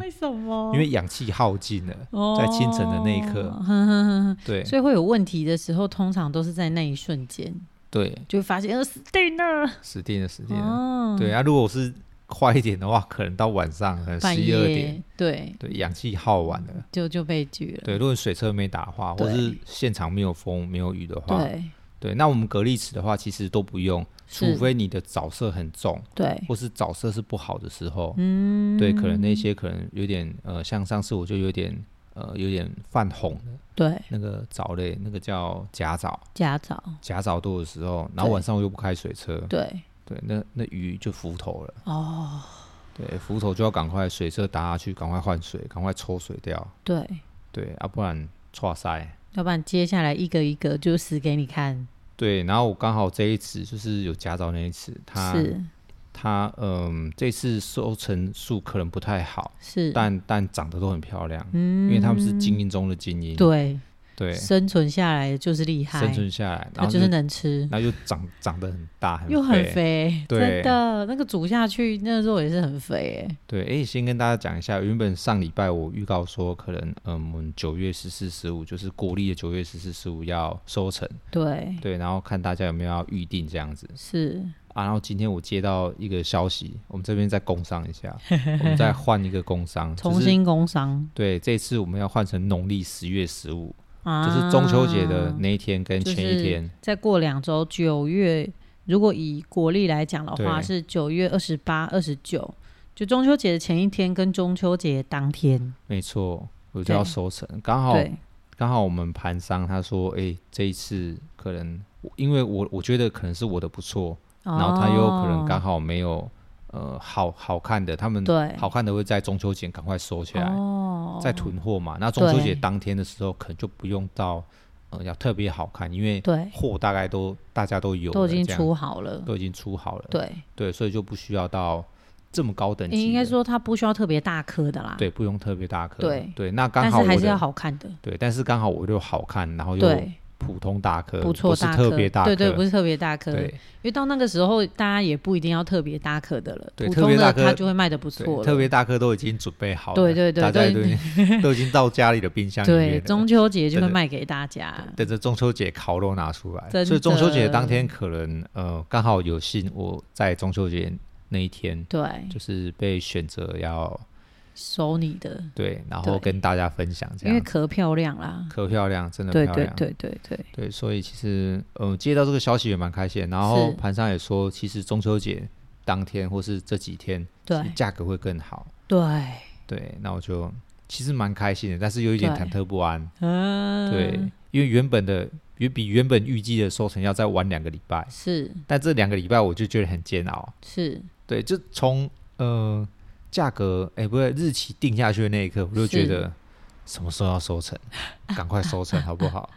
Speaker 2: 为什么？
Speaker 1: 因为氧气耗尽了，在清晨的那一刻
Speaker 2: 哦，哼哼哼
Speaker 1: 对
Speaker 2: 所以会有问题的时候，通常都是在那一瞬间
Speaker 1: 对，
Speaker 2: 就会发现，呃，死定了。
Speaker 1: 死定了，死定了。
Speaker 2: 哦，
Speaker 1: 对，啊，如果是快一点的话，可能到晚上可能
Speaker 2: 半
Speaker 1: 十一二点，
Speaker 2: 夜对，
Speaker 1: 对，氧气耗完了。
Speaker 2: 就就被拒了。
Speaker 1: 对，如果水车没打的话，或
Speaker 2: 对
Speaker 1: 是现场没有风没有雨的话，
Speaker 2: 对
Speaker 1: 对那我们隔离池的话，其实都不用，除
Speaker 2: 是
Speaker 1: 非你的早色很重，
Speaker 2: 对，
Speaker 1: 或是早色是不好的时候，
Speaker 2: 嗯，
Speaker 1: 对，可能那些可能有点呃，像上次我就有点呃有点泛红的
Speaker 2: 对
Speaker 1: 那个藻类，那个叫假藻，
Speaker 2: 家长
Speaker 1: 假藻多的时候，然后
Speaker 2: 对
Speaker 1: 晚上我又不开水车，
Speaker 2: 对
Speaker 1: 对，那那鱼就浮头了，
Speaker 2: 哦，
Speaker 1: 对，浮头就要赶快水车打下去，赶快换水，赶快抽水掉，
Speaker 2: 对，
Speaker 1: 对，啊，不然错塞。
Speaker 2: 要不然接下来一个一个就死给你看。
Speaker 1: 对，然后我刚好这一次就是有夹藻那一次，它
Speaker 2: 是
Speaker 1: 它嗯，这次收成数可能不太好，
Speaker 2: 是，
Speaker 1: 但但长得都很漂亮，
Speaker 2: 嗯
Speaker 1: 因为它们是精英中的精英，
Speaker 2: 对
Speaker 1: 对
Speaker 2: 生存下来的就是厉害，
Speaker 1: 生存下来，然
Speaker 2: 它
Speaker 1: 后
Speaker 2: 就是能吃，
Speaker 1: 然后又长长得很大，很
Speaker 2: 又很
Speaker 1: 肥，
Speaker 2: 肥，
Speaker 1: 对
Speaker 2: 真的那个煮下去那肉也是很肥哎。
Speaker 1: 对，哎，先跟大家讲一下，原本上礼拜我预告说，可能嗯，我们九月十四、十五，就是国历的九月十四、十五要收成，
Speaker 2: 对，
Speaker 1: 对，然后看大家有没有要预定这样子。
Speaker 2: 是
Speaker 1: 啊，然后今天我接到一个消息，我们这边再工商一下，我们再换一个工商，
Speaker 2: 重
Speaker 1: 就是
Speaker 2: 新工伤
Speaker 1: 对，这次我们要换成农历十月十五、
Speaker 2: 啊，
Speaker 1: 就是中秋节的那一天跟
Speaker 2: 就
Speaker 1: 前一
Speaker 2: 是
Speaker 1: 天，
Speaker 2: 再过两周，九月如果以国历来讲的话，
Speaker 1: 对
Speaker 2: 是九月二十八、二十九，就中秋节的前一天跟中秋节当天。
Speaker 1: 没错，我就要
Speaker 2: 对
Speaker 1: 收成。刚好
Speaker 2: 对，
Speaker 1: 刚好我们盘商他说，哎、这一次可能因为我我觉得可能是我的不错，然后他又可能刚
Speaker 2: 哦
Speaker 1: 好没有呃好好看的，他们
Speaker 2: 对
Speaker 1: 好看的会在中秋节赶快收起来。
Speaker 2: 哦，
Speaker 1: 在囤货嘛。那中秋节
Speaker 2: 对
Speaker 1: 当天的时候，可能就不用到呃要特别好看，因为
Speaker 2: 对
Speaker 1: 货大概都大家都有了
Speaker 2: 都已经
Speaker 1: 这样
Speaker 2: 出好了，
Speaker 1: 都已经出好了，
Speaker 2: 对，
Speaker 1: 对，所以就不需要到这么高等级的。
Speaker 2: 应该说它不需要特别大颗的啦，
Speaker 1: 对，不用特别大颗，
Speaker 2: 对
Speaker 1: 那刚
Speaker 2: 但
Speaker 1: 好
Speaker 2: 是
Speaker 1: 我
Speaker 2: 还是要
Speaker 1: 的
Speaker 2: 好看的，
Speaker 1: 对，但是刚好我又好看，然后又
Speaker 2: 对，
Speaker 1: 普通大颗，
Speaker 2: 不错，
Speaker 1: 是
Speaker 2: 大
Speaker 1: 特
Speaker 2: 颗
Speaker 1: 别大颗，
Speaker 2: 对对，不是特别大颗，
Speaker 1: 对
Speaker 2: 因为到那个时候大家也不一定要特别大颗的了，
Speaker 1: 对
Speaker 2: 普
Speaker 1: 特
Speaker 2: 通
Speaker 1: 别大
Speaker 2: 的
Speaker 1: 颗
Speaker 2: 它就会卖的不
Speaker 1: 对
Speaker 2: 错了，
Speaker 1: 特别大颗都已经准备好了，
Speaker 2: 对对对
Speaker 1: 大家
Speaker 2: 对
Speaker 1: 都已经 都已经到家里的冰箱里面
Speaker 2: 对，
Speaker 1: 了。
Speaker 2: 中秋节就
Speaker 1: 真
Speaker 2: 会
Speaker 1: 的
Speaker 2: 卖给大家，
Speaker 1: 等着中秋节烤肉拿出来，
Speaker 2: 真的
Speaker 1: 所以中秋节当天可能呃刚好有幸我在中秋节那一天
Speaker 2: 对，
Speaker 1: 就是被选择要
Speaker 2: 收你的，
Speaker 1: 对，然后
Speaker 2: 对
Speaker 1: 跟大家分享这
Speaker 2: 因为
Speaker 1: 样，
Speaker 2: 壳漂亮啦。
Speaker 1: 可漂亮，真的漂
Speaker 2: 对
Speaker 1: 亮，
Speaker 2: 对对对对，
Speaker 1: 对所以其实呃接到这个消息也蛮开心的，然后
Speaker 2: 是
Speaker 1: 盘商也说，其实中秋节当天或是这几天，
Speaker 2: 对
Speaker 1: 其实价格会更好，
Speaker 2: 对，
Speaker 1: 对，那我就其实蛮开心的，但是有一点
Speaker 2: 对
Speaker 1: 忐忑不安，
Speaker 2: 嗯，
Speaker 1: 对，因为原本的原比原本预计的收成要再晚两个礼拜。
Speaker 2: 是
Speaker 1: 但这两个礼拜我就觉得很煎熬。
Speaker 2: 是，
Speaker 1: 对，就从呃价格，哎、不对，日期定下去的那一刻，我就觉
Speaker 2: 是
Speaker 1: 得什么时候要收成，赶快收 成好不好？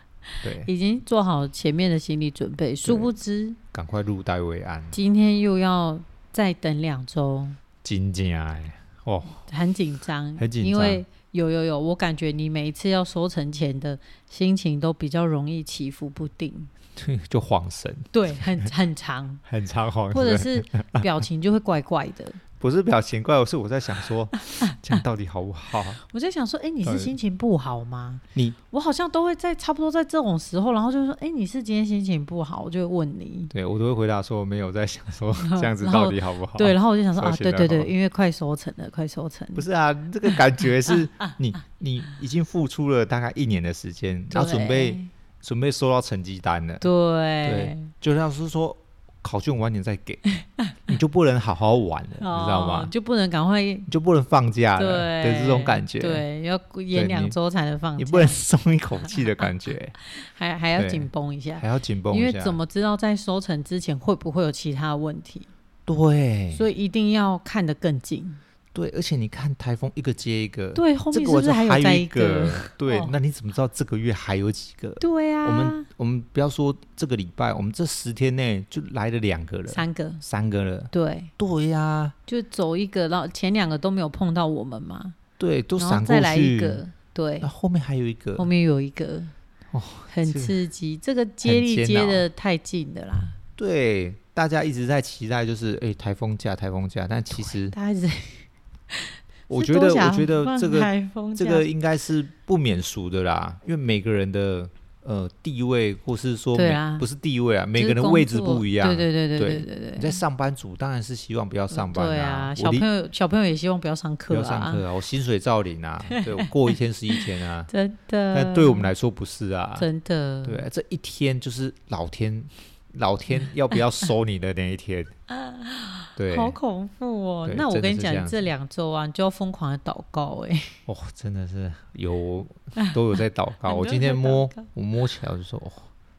Speaker 1: 对，
Speaker 2: 已经做好前面的心理准备，殊
Speaker 1: 对
Speaker 2: 不知
Speaker 1: 赶快入袋为安，
Speaker 2: 今天又要再等两周，
Speaker 1: 金进来哦，
Speaker 2: 很紧张，
Speaker 1: 很紧张
Speaker 2: 因为有有有，我感觉你每一次要收成前的心情都比较容易起伏不定，
Speaker 1: 就晃神，，
Speaker 2: 对，很 很长
Speaker 1: 很常晃
Speaker 2: 或者
Speaker 1: 神，
Speaker 2: 是表情就会怪怪的。
Speaker 1: 不是表情怪，我是我在想 说，这样到底好不好？
Speaker 2: 我在想说，哎、你
Speaker 1: 到
Speaker 2: 是
Speaker 1: 底
Speaker 2: 心情不好吗？
Speaker 1: 你
Speaker 2: 我好像都会在差不多在这种时候，然后就说，哎、你是今天心情不好？我就会问你。
Speaker 1: 对我都会回答说没有在想 说这样子
Speaker 2: 然后
Speaker 1: 到底好不好？
Speaker 2: 对，然后我就想说
Speaker 1: 所以
Speaker 2: 啊，
Speaker 1: 现
Speaker 2: 对
Speaker 1: 在
Speaker 2: 对
Speaker 1: 好
Speaker 2: 对，
Speaker 1: 了
Speaker 2: 因为快收成了，快收成了。
Speaker 1: 不是啊，这个感觉 是你你已经付出了大概一年的时间，然后准备准备收到成绩单了，
Speaker 2: 对
Speaker 1: 就像是说，考卷晚点再给， 你就不能好好玩了，你知道
Speaker 2: 哦
Speaker 1: 吗？
Speaker 2: 就不能赶快
Speaker 1: 你就不能放假了，
Speaker 2: 对
Speaker 1: 对这种感觉，
Speaker 2: 对，要演
Speaker 1: 你
Speaker 2: 两周才能放假，
Speaker 1: 你不能松一口气的感 觉，
Speaker 2: 还还要
Speaker 1: 对
Speaker 2: 紧绷一下，
Speaker 1: 还要紧绷
Speaker 2: 因为
Speaker 1: 一下
Speaker 2: 怎。么知道在收成之前会不会有其他问题？
Speaker 1: 对，
Speaker 2: 所以一定要看得更紧。
Speaker 1: 对，而且你看台风一个接一个，
Speaker 2: 对，后
Speaker 1: 这
Speaker 2: 面
Speaker 1: 个
Speaker 2: 是不
Speaker 1: 我
Speaker 2: 是
Speaker 1: 就
Speaker 2: 有再
Speaker 1: 一
Speaker 2: 个？
Speaker 1: 对
Speaker 2: 哦，
Speaker 1: 那你怎么知道这个月还有几个？
Speaker 2: 对啊，
Speaker 1: 我们我们不要说这个礼拜，我们这十天内就来了两个了，
Speaker 2: 三个，
Speaker 1: 三个了。
Speaker 2: 对，啊
Speaker 1: 对呀、
Speaker 2: 就走一个，然后前两个都没有碰到我们嘛，
Speaker 1: 对，都
Speaker 2: 然后
Speaker 1: 闪过
Speaker 2: 再来一
Speaker 1: 去，
Speaker 2: 个，对
Speaker 1: 那，后面还有一个
Speaker 2: 后，面有一个，
Speaker 1: 哦
Speaker 2: 很
Speaker 1: 这个
Speaker 2: 刺激，这个接
Speaker 1: 很
Speaker 2: 力
Speaker 1: 煎
Speaker 2: 接
Speaker 1: 熬
Speaker 2: 的太近的啦，
Speaker 1: 对，大家一直在期待，就是哎，台风假，台风假，但其实
Speaker 2: 大家一直
Speaker 1: 我
Speaker 2: 是
Speaker 1: 觉
Speaker 2: 多
Speaker 1: 得， 我
Speaker 2: 想
Speaker 1: 觉得
Speaker 2: 放
Speaker 1: 这个
Speaker 2: 台风
Speaker 1: 这
Speaker 2: 假
Speaker 1: 个应该是不免俗的啦，因为每个人的呃地位，或是说
Speaker 2: 对
Speaker 1: 每
Speaker 2: 啊
Speaker 1: 不是地位啊，每
Speaker 2: 就
Speaker 1: 个
Speaker 2: 是
Speaker 1: 人
Speaker 2: 工
Speaker 1: 位置
Speaker 2: 作
Speaker 1: 不一样，
Speaker 2: 对对对对
Speaker 1: 对
Speaker 2: 对对
Speaker 1: 你在上班族当然是希望不要上班
Speaker 2: 对
Speaker 1: 啊，
Speaker 2: 小
Speaker 1: 我离
Speaker 2: 朋友小朋友也希望不要上
Speaker 1: 不
Speaker 2: 课
Speaker 1: 要上
Speaker 2: 啊，，
Speaker 1: 课啊，我薪水照领啊，对我过一天是一天啊
Speaker 2: 真的。
Speaker 1: 但对我们来说不是啊，
Speaker 2: 真的，
Speaker 1: 对啊，这一天就是老 天老天要不要收你的那一天，对，
Speaker 2: 好恐怖哦
Speaker 1: 对！
Speaker 2: 那我
Speaker 1: 真的
Speaker 2: 跟你
Speaker 1: 是这
Speaker 2: 讲，
Speaker 1: 样
Speaker 2: 这
Speaker 1: 子
Speaker 2: 两周啊，你就要疯狂的祷告哎、
Speaker 1: 哦，真的是 有都有在祷告。
Speaker 2: 很
Speaker 1: 我
Speaker 2: 多
Speaker 1: 今
Speaker 2: 人
Speaker 1: 天
Speaker 2: 在祷
Speaker 1: 摸
Speaker 2: 告
Speaker 1: 我摸起来我就说，哦，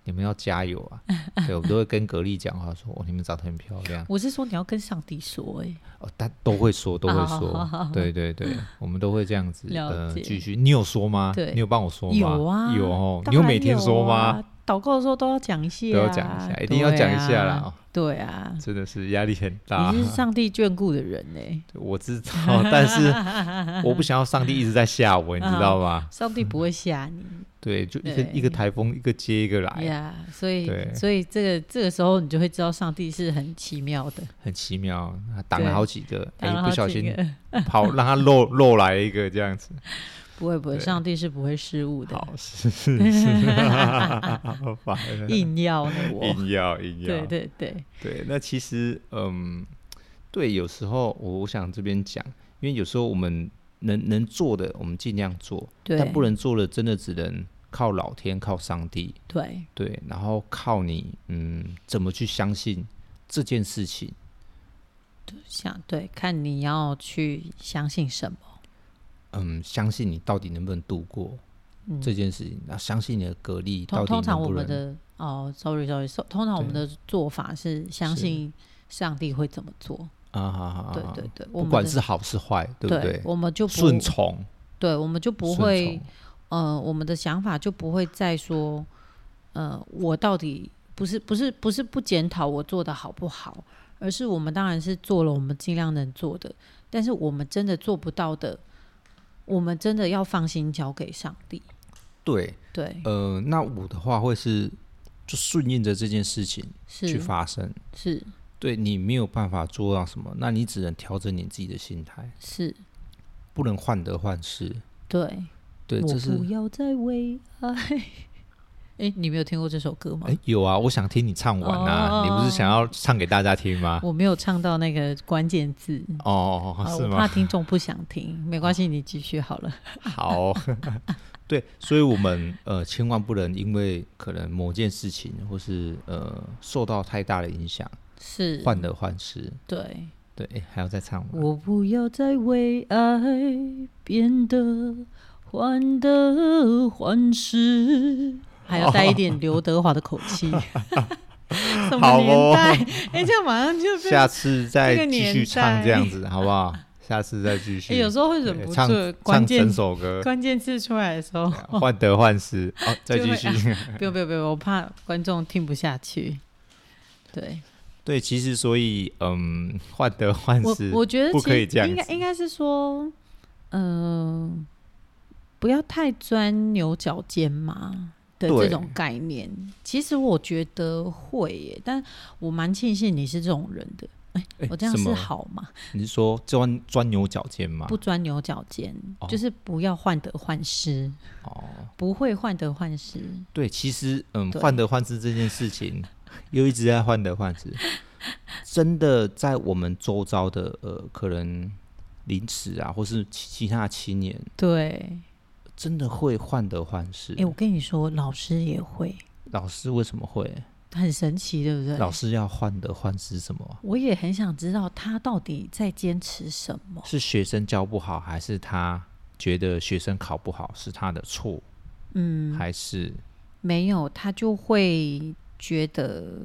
Speaker 1: 你们要加油 啊！对，我都会跟格力讲话说，哦，你们长得很漂亮。
Speaker 2: 我是说你要跟上帝说哎、
Speaker 1: 哦， 但都会说，都会
Speaker 2: 好
Speaker 1: 说
Speaker 2: 好好，
Speaker 1: 对对对，我们都会这样子。
Speaker 2: 了
Speaker 1: 呃，
Speaker 2: 解
Speaker 1: 继续，你有说吗？
Speaker 2: 对
Speaker 1: 你有帮我说吗？
Speaker 2: 有啊
Speaker 1: 有哦，
Speaker 2: 当
Speaker 1: 你有
Speaker 2: 然
Speaker 1: 每天说吗？
Speaker 2: 啊？祷告的时候都要讲一些、啊，
Speaker 1: 都要讲一下一定要
Speaker 2: 对
Speaker 1: 讲一下啦
Speaker 2: 啊
Speaker 1: 哦
Speaker 2: 对啊，
Speaker 1: 真的是压力很大
Speaker 2: 你。是上帝眷顾的人哎、
Speaker 1: 对我知道，但是 我不想要上帝一直在吓我，你知道吗？
Speaker 2: 上帝不会吓你
Speaker 1: 对，就一个
Speaker 2: 嗯对
Speaker 1: 一个台风，一个接一个来，
Speaker 2: 呀所以
Speaker 1: 哎对
Speaker 2: 所以这个这个时候你就会知道上帝是很奇妙的，
Speaker 1: 很奇妙。挡了
Speaker 2: 对
Speaker 1: 好几个，哎
Speaker 2: 然，后
Speaker 1: 不
Speaker 2: 他
Speaker 1: 小
Speaker 2: 这
Speaker 1: 心
Speaker 2: 个
Speaker 1: 跑，让他漏漏来一个这样子。
Speaker 2: 不会不会，
Speaker 1: 对
Speaker 2: 上帝是不会失误的，
Speaker 1: 好，是是是， 好烦啊
Speaker 2: 硬要呢我，
Speaker 1: 硬要硬要，
Speaker 2: 对对对，
Speaker 1: 对那其实嗯，对，有时候我我想这边讲，因为有时候我们能能做的，我们尽量做，
Speaker 2: 对
Speaker 1: 但不能做的，真的只能靠老天，靠上帝，
Speaker 2: 对
Speaker 1: 对，然后靠你，嗯，怎么去相信这件事情？
Speaker 2: 想对，看你要去相信什么，
Speaker 1: 嗯，相信你到底能不能度过
Speaker 2: 嗯，
Speaker 1: 这件事情，那、相信你的格力到
Speaker 2: 通
Speaker 1: 底能不能？
Speaker 2: 通常我们的哦，sorry sorry，so- 通常我们的做法是相
Speaker 1: 是
Speaker 2: 信上帝会怎么做，
Speaker 1: 啊啊啊啊，
Speaker 2: 对
Speaker 1: 啊
Speaker 2: 对对，我
Speaker 1: 不
Speaker 2: 们
Speaker 1: 管
Speaker 2: 的
Speaker 1: 是好是坏，对不
Speaker 2: 对
Speaker 1: 对，？
Speaker 2: 我们就不
Speaker 1: 顺，从
Speaker 2: 对，我们就不
Speaker 1: 顺
Speaker 2: 会
Speaker 1: 从，
Speaker 2: 呃，我们的想法就不会再说，呃，我到底不是不是不是不检讨我做的好不好，而是我们当然是做了我们尽量能做的，但是我们真的做不到的，我们真的要放心交给上帝。
Speaker 1: 对，
Speaker 2: 对，
Speaker 1: 呃，那我的话会是就顺应着这件事情去
Speaker 2: 是
Speaker 1: 发生。
Speaker 2: 是
Speaker 1: 对你没有办法做到什么，那你只能调整你自己的心态，
Speaker 2: 是，
Speaker 1: 不能患得患失。
Speaker 2: 对，
Speaker 1: 对，
Speaker 2: 我
Speaker 1: 这
Speaker 2: 不
Speaker 1: 是
Speaker 2: 要再为爱。 哎，你没有听过这首歌吗？
Speaker 1: 哎有啊，我想听你唱完
Speaker 2: 哦
Speaker 1: 啊，你不是想要唱给大家听吗？
Speaker 2: 我没有唱到那个关键字，
Speaker 1: 啊哦，
Speaker 2: 啊
Speaker 1: 是
Speaker 2: 我
Speaker 1: 吗
Speaker 2: 怕？听众不想听，没关系，你继续好了。
Speaker 1: 好， 对，所以我们呃千万不能因为可能某件事情或是呃受到太大的影响，
Speaker 2: 是，
Speaker 1: 患得患失。
Speaker 2: 对，
Speaker 1: 对，哎还要再唱吗？
Speaker 2: 我不要再为爱变得患得患失，还要带一点刘德华的口气。 什么
Speaker 1: 哦好
Speaker 2: 年
Speaker 1: 哦
Speaker 2: 代？哎、这样马上就变
Speaker 1: 下次再
Speaker 2: 这个
Speaker 1: 继续
Speaker 2: 年
Speaker 1: 唱这样
Speaker 2: 代
Speaker 1: 子，好不好？下次再继续。
Speaker 2: 哎、有时候会忍
Speaker 1: 对
Speaker 2: 不
Speaker 1: 唱
Speaker 2: 住关
Speaker 1: 唱
Speaker 2: 键
Speaker 1: 整首歌，啊
Speaker 2: 关键字出来的时候，
Speaker 1: 患得患失。哦，再
Speaker 2: 就
Speaker 1: 继
Speaker 2: 会
Speaker 1: 续。
Speaker 2: 不用不用不用，我怕观众听不下去。对
Speaker 1: 对，其实所以，嗯，患得患
Speaker 2: 我
Speaker 1: 失，
Speaker 2: 我觉得
Speaker 1: 不
Speaker 2: 其
Speaker 1: 可
Speaker 2: 实
Speaker 1: 以这样
Speaker 2: 应该
Speaker 1: 子
Speaker 2: 应该是说，嗯、不要太钻牛角尖嘛的这
Speaker 1: 对
Speaker 2: 种概念。其实我觉得会耶，但我蛮庆幸你是这种人的。
Speaker 1: 哎
Speaker 2: 我这样
Speaker 1: 什
Speaker 2: 是
Speaker 1: 么
Speaker 2: 好吗？
Speaker 1: 你是说钻钻牛角尖吗
Speaker 2: 不？钻牛角尖，
Speaker 1: 哦
Speaker 2: 就是不要患得患失，
Speaker 1: 哦，
Speaker 2: 不会患得患失。
Speaker 1: 对，其实，嗯，
Speaker 2: 对
Speaker 1: 患得患失这件事情，又一直在患得患失。真的在我们周遭的呃，可能临时啊，或是其其他的青年，
Speaker 2: 对，
Speaker 1: 真的会患得患失。
Speaker 2: 哎、我跟你说，老师也会。
Speaker 1: 老师为什么会？
Speaker 2: 很神奇，对不对？
Speaker 1: 老师要换的换是什么啊？
Speaker 2: 我也很想知道他到底在坚持什么。
Speaker 1: 是学生教不好，还是他觉得学生考不好是他的错？嗯，还是
Speaker 2: 没有，他就会觉得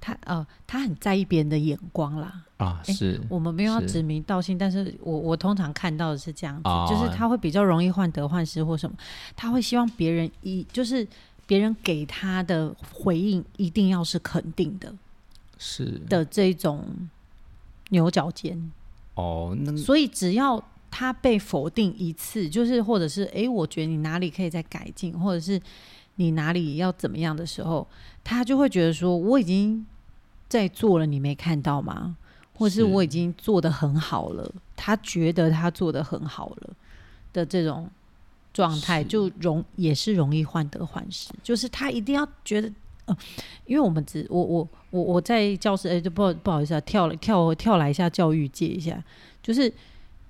Speaker 2: 他呃，他很在意别人的眼光啦。
Speaker 1: 啊，
Speaker 2: 诶
Speaker 1: 是
Speaker 2: 我们没有要
Speaker 1: 是
Speaker 2: 指名道姓，但是我我通常看到的是这样子，
Speaker 1: 哦
Speaker 2: 就是他会比较容易患得患失或什么，他会希望别人一就是别人给他的回应一定要是肯定的
Speaker 1: 是
Speaker 2: 的这种牛角尖，
Speaker 1: 哦，那
Speaker 2: 所以只要他被否定一次，就是或者是诶，我觉得你哪里可以再改进，或者是你哪里要怎么样的时候，他就会觉得说我已经在做了，你没看到吗？或是
Speaker 1: 是
Speaker 2: 我已经做的很好了，他觉得他做的很好了的这种状态，就容也是容易患得患失，就是他一定要觉得。呃，因为我们只我我我我在教室，哎、就不好不好意思啊，跳了跳跳来一下教育界一下，就是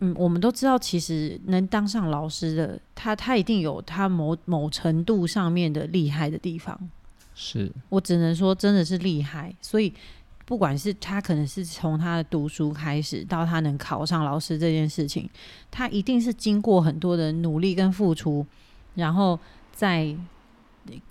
Speaker 2: 嗯，我们都知道，其实能当上老师的他，他一定有他某某程度上面的厉害的地方。
Speaker 1: 是
Speaker 2: 我只能说，真的是厉害。所以，不管是他可能是从他的读书开始，到他能考上老师这件事情，他一定是经过很多的努力跟付出，然后在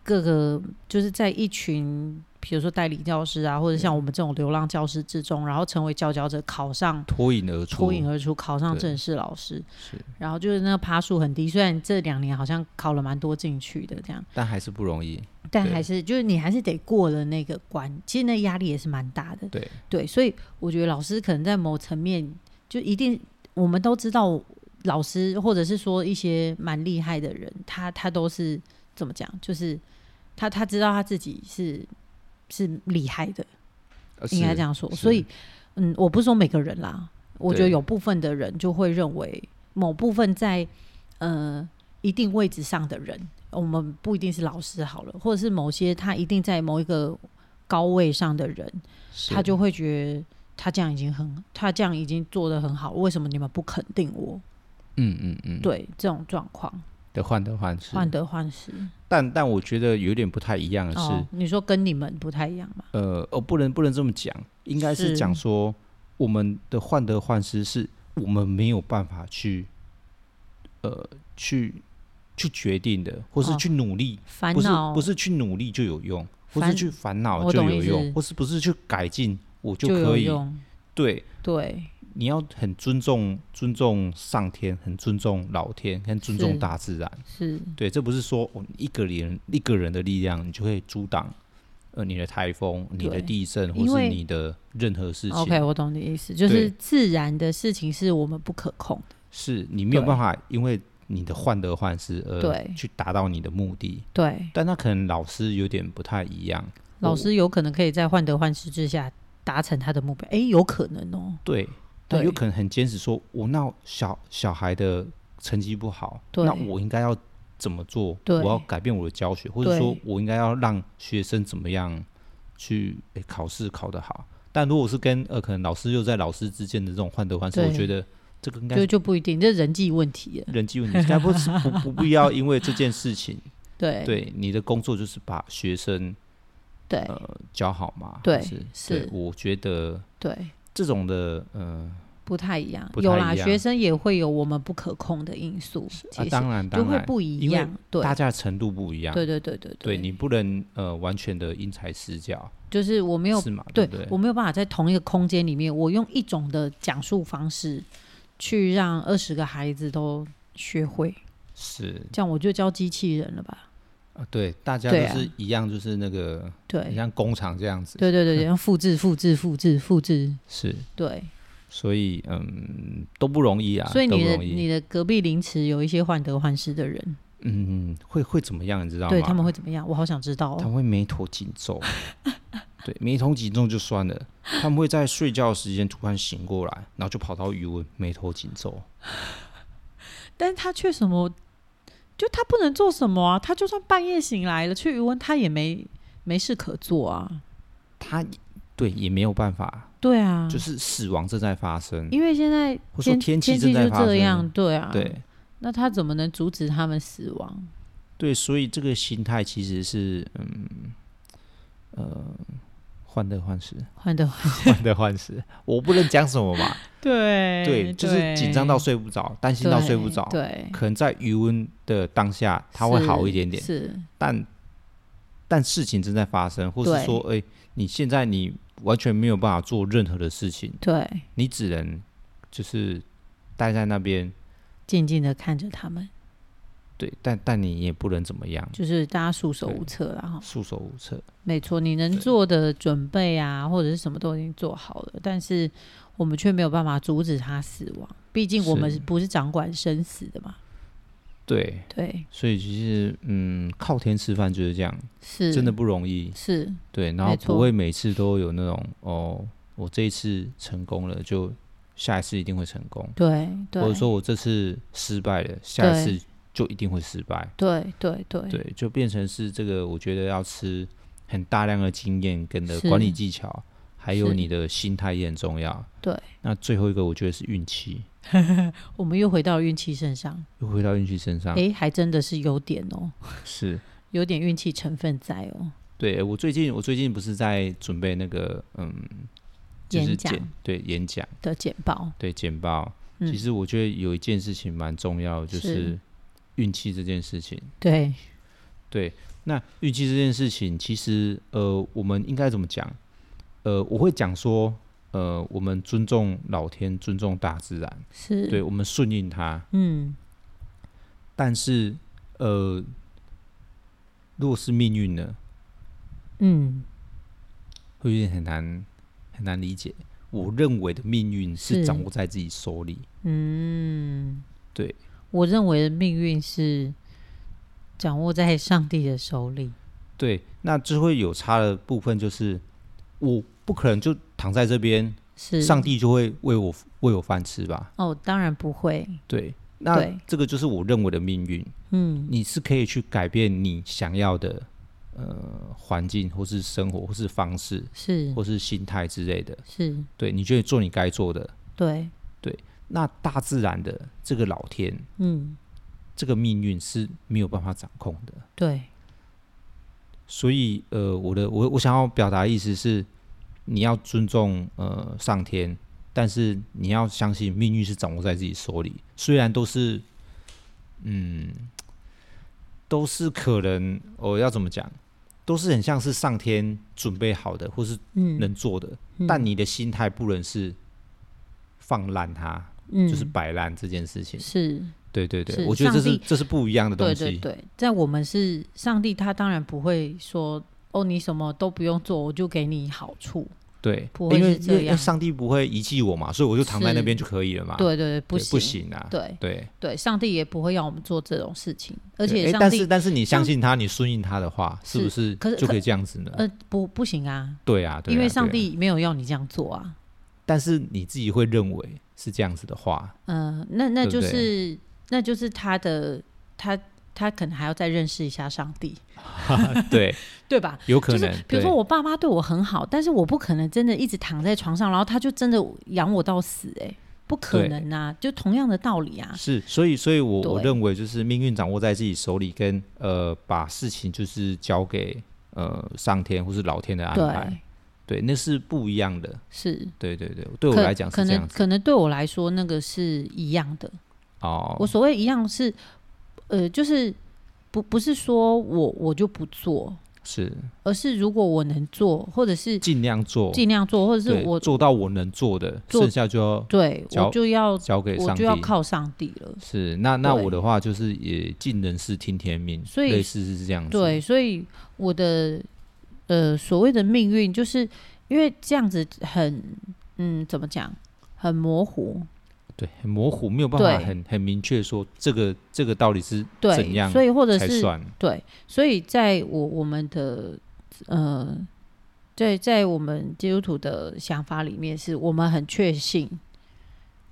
Speaker 2: 各个就是在一群，比如说代理教师啊，或者像我们这种流浪教师之中，然后成为佼佼者，考上
Speaker 1: 脱颖而出，
Speaker 2: 脱颖而出，考上
Speaker 1: 对
Speaker 2: 正式老师。
Speaker 1: 是，
Speaker 2: 然后就是那个爬数很低，虽然这两年好像考了蛮多进去的这样，
Speaker 1: 但还是不容易。
Speaker 2: 但
Speaker 1: 对
Speaker 2: 还是就是你还是得过了那个关，其实那压力也是蛮大的。
Speaker 1: 对
Speaker 2: 对，所以我觉得老师可能在某层面就一定，我们都知道老师或者是说一些蛮厉害的人，他他都是怎么讲，就是他他知道他自己是是厉害的，
Speaker 1: 呃
Speaker 2: 应该
Speaker 1: 是
Speaker 2: 这样说。
Speaker 1: 是
Speaker 2: 所以，嗯，我不是说每个人啦，我觉得
Speaker 1: 对
Speaker 2: 有部分的人就会认为某部分在呃一定位置上的人，我们不一定是老师好了，或者是某些他一定在某一个高位上的人，
Speaker 1: 是
Speaker 2: 他就会觉得他这样已经很，他这样已经做得很好，为什么你们不肯定我？
Speaker 1: 嗯嗯嗯，
Speaker 2: 对这种状况，
Speaker 1: 的患得患失。
Speaker 2: 患得患失。
Speaker 1: 但但我觉得有点不太一样的啊是，
Speaker 2: 哦，你说跟你们不太一样嘛？
Speaker 1: 呃，哦，不能不能这么讲，应该
Speaker 2: 是
Speaker 1: 是讲说我们的患得患失是我们没有办法去，呃，去去决定的，或是
Speaker 2: 哦
Speaker 1: 去努力，
Speaker 2: 烦
Speaker 1: 不是
Speaker 2: 恼
Speaker 1: 不是去努力就有用，不是
Speaker 2: 烦
Speaker 1: 去烦恼
Speaker 2: 我
Speaker 1: 就
Speaker 2: 懂
Speaker 1: 有
Speaker 2: 意
Speaker 1: 用，
Speaker 2: 思
Speaker 1: 或是不是去改进我
Speaker 2: 就有
Speaker 1: 可以。
Speaker 2: 用，
Speaker 1: 对，
Speaker 2: 对，
Speaker 1: 你要很尊重尊重上天，很尊重老天，很尊重
Speaker 2: 是
Speaker 1: 大自然。
Speaker 2: 是
Speaker 1: 对，这不是说哦一个人一个人的力量，你就会阻挡呃你的台风、你的
Speaker 2: 对
Speaker 1: 地震
Speaker 2: 因
Speaker 1: 或是
Speaker 2: 为
Speaker 1: 你的任何事情
Speaker 2: OK，我懂你的意思，就是自然的事情是我们不可控的。
Speaker 1: 是你没有
Speaker 2: 对
Speaker 1: 办法因为你的患得患失而
Speaker 2: 对
Speaker 1: 去达到你的目的。
Speaker 2: 对，
Speaker 1: 但那可能老师有点不太一样，我
Speaker 2: 老师有可能可以在患得患失之下达成他的目标，诶，有可能哦。
Speaker 1: 对，但
Speaker 2: 对
Speaker 1: 有可能很坚持说，我那小小孩的成绩不好，
Speaker 2: 对
Speaker 1: 那我应该要怎么做？
Speaker 2: 对
Speaker 1: 我要改变我的教学，或者
Speaker 2: 对
Speaker 1: 说我应该要让学生怎么样去、诶考试考得好。但如果是跟呃，可能老师又在老师之间的这种患得患失，
Speaker 2: 对
Speaker 1: 我觉得这个应该
Speaker 2: 就是就不一定，这人际问题了。
Speaker 1: 人际问题，应该不是不不必要因为这件事情，
Speaker 2: 对
Speaker 1: 对你的工作就是把学生
Speaker 2: 对、
Speaker 1: 呃教好嘛。
Speaker 2: 对
Speaker 1: 还是
Speaker 2: 是
Speaker 1: 对我觉得
Speaker 2: 对，
Speaker 1: 这种的呃，
Speaker 2: 不太一样。
Speaker 1: 不太
Speaker 2: 有啦，
Speaker 1: 一样
Speaker 2: 学生也会有我们不可控的因素，其
Speaker 1: 啊
Speaker 2: 实、
Speaker 1: 当然
Speaker 2: 就
Speaker 1: 当
Speaker 2: 会
Speaker 1: 然，
Speaker 2: 不一
Speaker 1: 因为
Speaker 2: 样。对
Speaker 1: 大家的程度不一样，
Speaker 2: 对对对对
Speaker 1: 对你不能呃完全的因材施教，
Speaker 2: 就是我没有
Speaker 1: 是吗？
Speaker 2: 对
Speaker 1: 不对？
Speaker 2: 我没有办法在同一个空间里面，我用一种的讲述方式去让二十个孩子都学会。
Speaker 1: 是
Speaker 2: 这样我就教机器人了吧？
Speaker 1: 啊，对，大家都
Speaker 2: 对啊
Speaker 1: 是一样，就是那个，
Speaker 2: 对
Speaker 1: 你，像工厂这样子，
Speaker 2: 对对 对，对，要复制、复制、复制、复制，
Speaker 1: 是，
Speaker 2: 对。
Speaker 1: 所以嗯都不容易啊，
Speaker 2: 所以
Speaker 1: 都
Speaker 2: 你
Speaker 1: 不
Speaker 2: 的
Speaker 1: 容易，
Speaker 2: 你的隔壁邻池有一些患得患失的人，
Speaker 1: 嗯，会会怎么样，你知道吗？
Speaker 2: 对他们会怎么样？我好想知道
Speaker 1: 他
Speaker 2: 哦。
Speaker 1: 们会眉头紧 皱，对，眉头紧皱就算了，他们会在睡觉的时间突然醒过来，然后就跑到余温，眉头紧皱，
Speaker 2: 但是他却什么，就他不能做什么啊？他就算半夜醒来了去余温，他也没没事可做啊。
Speaker 1: 他对也没有办法，
Speaker 2: 对啊，
Speaker 1: 就是死亡正在发生，
Speaker 2: 因为现在
Speaker 1: 或者说
Speaker 2: 天
Speaker 1: 天气
Speaker 2: 气
Speaker 1: 正在
Speaker 2: 就
Speaker 1: 发生，
Speaker 2: 这样，对啊，
Speaker 1: 对。
Speaker 2: 那他怎么能阻止他们死亡？
Speaker 1: 对，所以这个心态其实是，嗯，呃患得患失，
Speaker 2: 患得 患
Speaker 1: 患得患失，我不能讲什么 嘛，
Speaker 2: 对
Speaker 1: 哎对，就是紧张到睡不着，担心到睡不着，
Speaker 2: 对，
Speaker 1: 可能在余温的当下，它会好一点点，
Speaker 2: 是
Speaker 1: 但但事情正在发生，或是
Speaker 2: 对
Speaker 1: 说，哎、你现在你完全没有办法做任何的事情，
Speaker 2: 对，
Speaker 1: 你只能就是待在那边，
Speaker 2: 静静的看着他们，
Speaker 1: 对，但但你也不能怎么样，
Speaker 2: 就是大家束手无策了哈。
Speaker 1: 束手无策，
Speaker 2: 没错，你能
Speaker 1: 对
Speaker 2: 做的准备啊，或者是什么都已经做好了，但是我们却没有办法阻止他死亡，毕竟我们
Speaker 1: 是
Speaker 2: 不是掌管生死的嘛。
Speaker 1: 对，
Speaker 2: 对，
Speaker 1: 所以其实嗯，靠天吃饭就是这样，
Speaker 2: 是
Speaker 1: 真的不容易，
Speaker 2: 是
Speaker 1: 对，然后
Speaker 2: 没错
Speaker 1: 不会每次都有那种哦，我这一次成功了，就下一次一定会成功，
Speaker 2: 对对，
Speaker 1: 或者说我这次失败了，下一
Speaker 2: 对
Speaker 1: 次就一定会失败。
Speaker 2: 对对对
Speaker 1: 对，就变成是这个，我觉得要吃很大量的经验跟的
Speaker 2: 是
Speaker 1: 管理技巧，还有
Speaker 2: 是
Speaker 1: 你的心态也很重要。
Speaker 2: 对，
Speaker 1: 那最后一个我觉得是运气，
Speaker 2: 我们又回到运气身上，
Speaker 1: 又回到运气身上，
Speaker 2: 诶，还真的是有点哦，
Speaker 1: 是
Speaker 2: 有点运气成分在哦。
Speaker 1: 对我最近我最近不是在准备那个嗯，就是
Speaker 2: 演讲
Speaker 1: 简对演讲
Speaker 2: 的简报，
Speaker 1: 对简报，
Speaker 2: 嗯
Speaker 1: 其实我觉得有一件事情蛮重要的，就是是运气这件事情。
Speaker 2: 对，
Speaker 1: 对，那运气这件事情，其实呃，我们应该怎么讲？呃，我会讲说，呃，我们尊重老天，尊重大自然，
Speaker 2: 是，
Speaker 1: 对我们顺应它。
Speaker 2: 嗯，
Speaker 1: 但是，呃，如果是命运呢，
Speaker 2: 嗯，
Speaker 1: 会有点很难很难理解。我认为的命运是
Speaker 2: 是
Speaker 1: 掌握在自己手里，
Speaker 2: 嗯，
Speaker 1: 对，
Speaker 2: 我认为的命运是掌握在上帝的手里。
Speaker 1: 对，那就会有差的部分，就是我不可能就躺在这边，
Speaker 2: 是
Speaker 1: 上帝就会为我喂我饭吃吧？
Speaker 2: 哦，当然不会。
Speaker 1: 对，那
Speaker 2: 对
Speaker 1: 这个就是我认为的命运。
Speaker 2: 嗯，
Speaker 1: 你是可以去改变你想要的呃环境，或是生活，或是方式，
Speaker 2: 是
Speaker 1: 或是心态之类的。
Speaker 2: 是，
Speaker 1: 对，你就做你该做的。
Speaker 2: 对，
Speaker 1: 那大自然的这个老天，
Speaker 2: 嗯，
Speaker 1: 这个命运是没有办法掌控的。
Speaker 2: 对，
Speaker 1: 所以，呃，我的我我想要表达的意思是，你要尊重呃上天，但是你要相信命运是掌握在自己手里。虽然都是，嗯，都是可能，我、要怎么讲，都是很像是上天准备好的或是
Speaker 2: 嗯，
Speaker 1: 能做的，
Speaker 2: 嗯
Speaker 1: 但你的心态不能是放烂它，
Speaker 2: 嗯
Speaker 1: 就是摆烂这件事情。
Speaker 2: 是
Speaker 1: 对对对，
Speaker 2: 是
Speaker 1: 我觉得这
Speaker 2: 上
Speaker 1: 是
Speaker 2: 帝
Speaker 1: 这是不一样的东
Speaker 2: 对
Speaker 1: 西。
Speaker 2: 对对，在我们是上帝，他当然不会说哦，你什么都不用做，我就给你好处。
Speaker 1: 对，
Speaker 2: 不
Speaker 1: 因
Speaker 2: 会
Speaker 1: 为
Speaker 2: 是这
Speaker 1: 因为因为
Speaker 2: 样
Speaker 1: 上帝不会遗弃我嘛，所以我就躺在那
Speaker 2: 是
Speaker 1: 边就可以了嘛。
Speaker 2: 对对对，
Speaker 1: 啊对，
Speaker 2: 行，
Speaker 1: 不行啊，
Speaker 2: 对
Speaker 1: 对。
Speaker 2: 对，上帝也不会要我们做这种事情，而
Speaker 1: 对
Speaker 2: 且
Speaker 1: 诶
Speaker 2: 上
Speaker 1: 但
Speaker 2: 帝
Speaker 1: 是但是你相
Speaker 2: 上
Speaker 1: 信他，你顺应他的话，是不是
Speaker 2: 可是
Speaker 1: 就
Speaker 2: 可
Speaker 1: 可以这样子呢？
Speaker 2: 呃不不行啊，
Speaker 1: 对啊，对啊
Speaker 2: 因为
Speaker 1: 对
Speaker 2: 上
Speaker 1: 啊
Speaker 2: 帝没有要你这样做啊。
Speaker 1: 但是你自己会认为是这样子的话，
Speaker 2: 嗯，那那
Speaker 1: 对不
Speaker 2: 就
Speaker 1: 对
Speaker 2: 是那就是他的他他可能还要再认识一下上帝，
Speaker 1: 对，
Speaker 2: 对吧？
Speaker 1: 有可
Speaker 2: 就是
Speaker 1: 能。
Speaker 2: 比
Speaker 1: 对
Speaker 2: 如说我爸妈对我很好，但是我不可能真的一直躺在床上，然后他就真的养我到死、哎，不可
Speaker 1: 对
Speaker 2: 能啊！就同样的道理啊，
Speaker 1: 是，所以所以我我
Speaker 2: 对
Speaker 1: 认为就是命运掌握在自己手里，跟呃把事情就是交给呃上天或是老天的安排
Speaker 2: 对，，
Speaker 1: 对，那是不一样的。
Speaker 2: 是。
Speaker 1: 对对对，对我
Speaker 2: 可
Speaker 1: 来讲
Speaker 2: 可
Speaker 1: 是这
Speaker 2: 能
Speaker 1: 样子
Speaker 2: 可能对我来说，那个是一样的。
Speaker 1: 哦。
Speaker 2: 我所谓一样是，呃，就是不不是说我我就不做，
Speaker 1: 是
Speaker 2: 而是如果我能做，或者是
Speaker 1: 尽量做，
Speaker 2: 尽量做，或者
Speaker 1: 对
Speaker 2: 是我
Speaker 1: 做到我能做的，
Speaker 2: 做
Speaker 1: 剩下就要
Speaker 2: 对
Speaker 1: 交
Speaker 2: 我就要
Speaker 1: 交给
Speaker 2: 我
Speaker 1: 上帝。
Speaker 2: 就要靠上帝了。
Speaker 1: 是，那那
Speaker 2: 对
Speaker 1: 我的话就是也尽人事听天命，
Speaker 2: 所以
Speaker 1: 类似嗯是这样子。
Speaker 2: 对，，所以我的呃所谓的命运，就是因为这样子很嗯怎么讲，很模糊，
Speaker 1: 对，很模糊，没有办法
Speaker 2: 对
Speaker 1: 很很明确说这个这个到底是怎
Speaker 2: 对，
Speaker 1: 样
Speaker 2: 所以或者
Speaker 1: 才
Speaker 2: 是
Speaker 1: 算。
Speaker 2: 对，所以在我我们的呃，在在我们基督徒的想法里面，是我们很确信，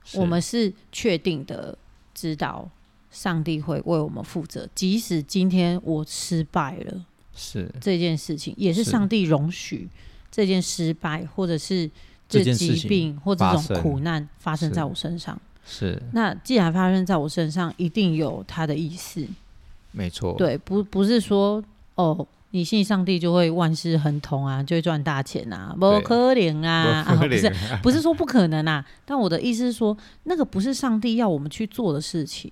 Speaker 1: 是
Speaker 2: 我们是确定的知道上帝会为我们负责，即使今天我失败了
Speaker 1: 是
Speaker 2: 这件事情，也是
Speaker 1: 是
Speaker 2: 上帝容许这件失败或者是
Speaker 1: 这件事
Speaker 2: 疾
Speaker 1: 情
Speaker 2: 病或这
Speaker 1: 发
Speaker 2: 种
Speaker 1: 生
Speaker 2: 苦难发生
Speaker 1: 是
Speaker 2: 在我身上。
Speaker 1: 是
Speaker 2: 那既然发生在我身上，一定有他的意思。
Speaker 1: 没错。
Speaker 2: 对，不不是说哦，你信上帝就会万事亨通啊，就会赚大钱啊，不可能啊，
Speaker 1: 不
Speaker 2: 啊
Speaker 1: 可
Speaker 2: 不是
Speaker 1: 能啊
Speaker 2: 不是说不可能啊，但我的意思是说，那个不是上帝要我们去做的事情，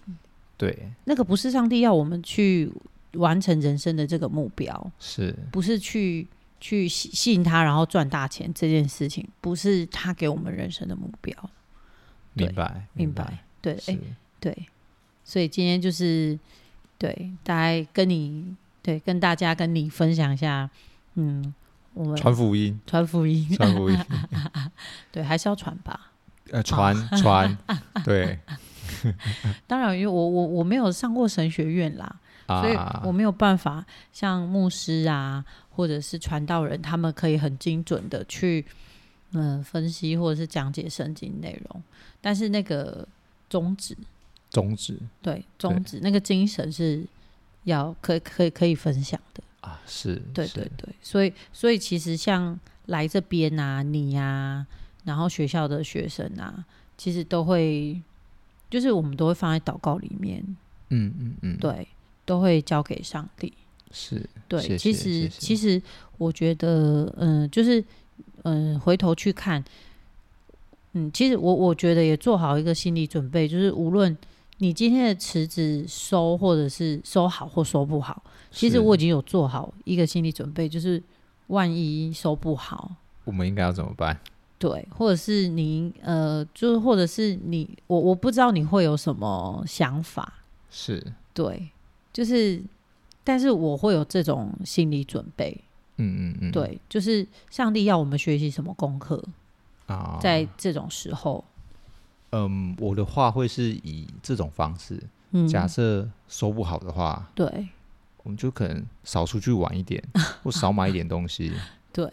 Speaker 1: 对，
Speaker 2: 那个不是上帝要我们去完成人生的这个目标，
Speaker 1: 是
Speaker 2: 不是去去吸吸引他然后赚大钱这件事情，不是他给我们人生的目标。对
Speaker 1: 明白，
Speaker 2: 明白
Speaker 1: 白，
Speaker 2: 对，哎、
Speaker 1: 是
Speaker 2: 对，所以今天就是对，大概跟你对跟大家跟你分享一下，嗯，我们
Speaker 1: 传福音，
Speaker 2: 传福音，
Speaker 1: 传 福音，
Speaker 2: 对，还是要传吧。
Speaker 1: 呃，传 传，对
Speaker 2: 当然，因为我我我没有上过神学院啦，所以
Speaker 1: 啊
Speaker 2: 我，没有办法像牧师啊，或者是传道人，他们可以很精准的去嗯、呃分析或者是讲解圣经内容，但是那个宗旨，
Speaker 1: 宗旨
Speaker 2: 对宗旨那个精神是要可可以可以分享的。
Speaker 1: 啊，是，
Speaker 2: 对
Speaker 1: 是
Speaker 2: 对，对，所以所以其实像来这边啊，你啊，然后学校的学生啊，其实都会，就是我们都会放在祷告里面，
Speaker 1: 嗯嗯嗯，，
Speaker 2: 对，都会交给上帝。
Speaker 1: 是，
Speaker 2: 对，
Speaker 1: 谢
Speaker 2: 其
Speaker 1: 谢
Speaker 2: 实
Speaker 1: 谢谢
Speaker 2: 其实我觉得，嗯、就是嗯、回头去看，嗯，其实我我觉得也做好一个心理准备，就是无论你今天的池子收或者是收好或收不好。其实
Speaker 1: 是
Speaker 2: 我已经有做好一个心理准备，就是万一收不好，
Speaker 1: 我们应该要怎么办？
Speaker 2: 对，或者是你呃，就是或者是你，我我不知道你会有什么想法，
Speaker 1: 是，
Speaker 2: 对，就是，但是我会有这种心理准备，
Speaker 1: 嗯嗯嗯，
Speaker 2: 对，就是上帝要我们学习什么功课，
Speaker 1: 啊，
Speaker 2: 在这种时候，
Speaker 1: 嗯，我的话会是以这种方式，
Speaker 2: 嗯，
Speaker 1: 假设收不好的话，
Speaker 2: 对
Speaker 1: 我们就可能少出去玩一 点，或少买一点东西，
Speaker 2: 对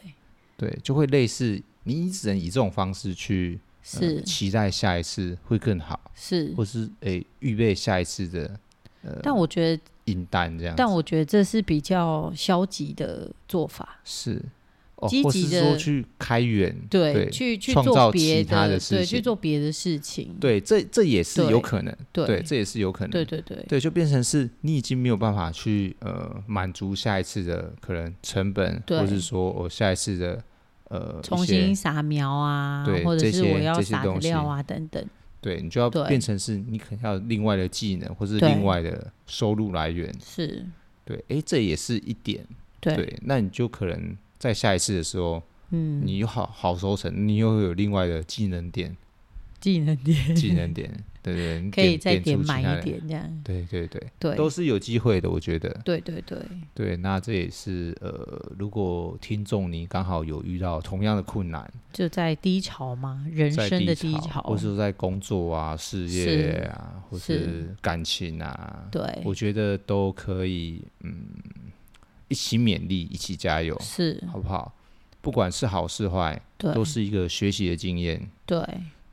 Speaker 1: 对，就会类似你只能以这种方式去呃
Speaker 2: 是
Speaker 1: 期待下一次会更好，
Speaker 2: 是，
Speaker 1: 或是诶预备下一次的
Speaker 2: 但我觉得，
Speaker 1: 订单这样子。
Speaker 2: 但我觉得这是比较消极的做法，
Speaker 1: 是哦，
Speaker 2: 积
Speaker 1: 或
Speaker 2: 极
Speaker 1: 是
Speaker 2: 地
Speaker 1: 说去开源，
Speaker 2: 对，
Speaker 1: 对
Speaker 2: 去去
Speaker 1: 创
Speaker 2: 做
Speaker 1: 造
Speaker 2: 别
Speaker 1: 其他的事
Speaker 2: 对，去
Speaker 1: 情
Speaker 2: 做别的事情，
Speaker 1: 对，这这也是
Speaker 2: 对
Speaker 1: 有可能，
Speaker 2: 对
Speaker 1: 这也是有可能，
Speaker 2: 对对对
Speaker 1: 对，就变成是你已经没有办法去呃满足下一次的可能成本，
Speaker 2: 对
Speaker 1: 或是说我、下一次的呃
Speaker 2: 重
Speaker 1: 一些
Speaker 2: 新撒苗啊
Speaker 1: 对，
Speaker 2: 或者
Speaker 1: 这
Speaker 2: 是
Speaker 1: 些
Speaker 2: 我要
Speaker 1: 这些
Speaker 2: 撒的
Speaker 1: 东西
Speaker 2: 料啊等等，
Speaker 1: 对你就要
Speaker 2: 对
Speaker 1: 变成是你可能要有另外的技能或是
Speaker 2: 对
Speaker 1: 另外的收入来源，
Speaker 2: 是
Speaker 1: 对，诶，这也是一点，
Speaker 2: 对
Speaker 1: 那你就可能在下一次的时候，
Speaker 2: 嗯，
Speaker 1: 你又好好收成，你又会有另外的技能 点，
Speaker 2: 技能点
Speaker 1: 技能点，对对对，你
Speaker 2: 可以再
Speaker 1: 点
Speaker 2: 点
Speaker 1: 出其
Speaker 2: 满
Speaker 1: 他
Speaker 2: 一
Speaker 1: 的，
Speaker 2: 点这样，
Speaker 1: 对对对，
Speaker 2: 对
Speaker 1: 都是有机会的，我觉得。
Speaker 2: 对对对
Speaker 1: 对，那这也是呃，如果听众你刚好有遇到同样的困难，
Speaker 2: 就在低潮嘛，人
Speaker 1: 在
Speaker 2: 生的
Speaker 1: 低
Speaker 2: 潮，
Speaker 1: 或是在工作啊、事业啊，或
Speaker 2: 是
Speaker 1: 是感情啊，
Speaker 2: 对
Speaker 1: 我觉得都可以，嗯，一起勉励，一起加油，
Speaker 2: 是，
Speaker 1: 好不好？不管是好是坏，
Speaker 2: 对
Speaker 1: 都是一个学习的经验。
Speaker 2: 对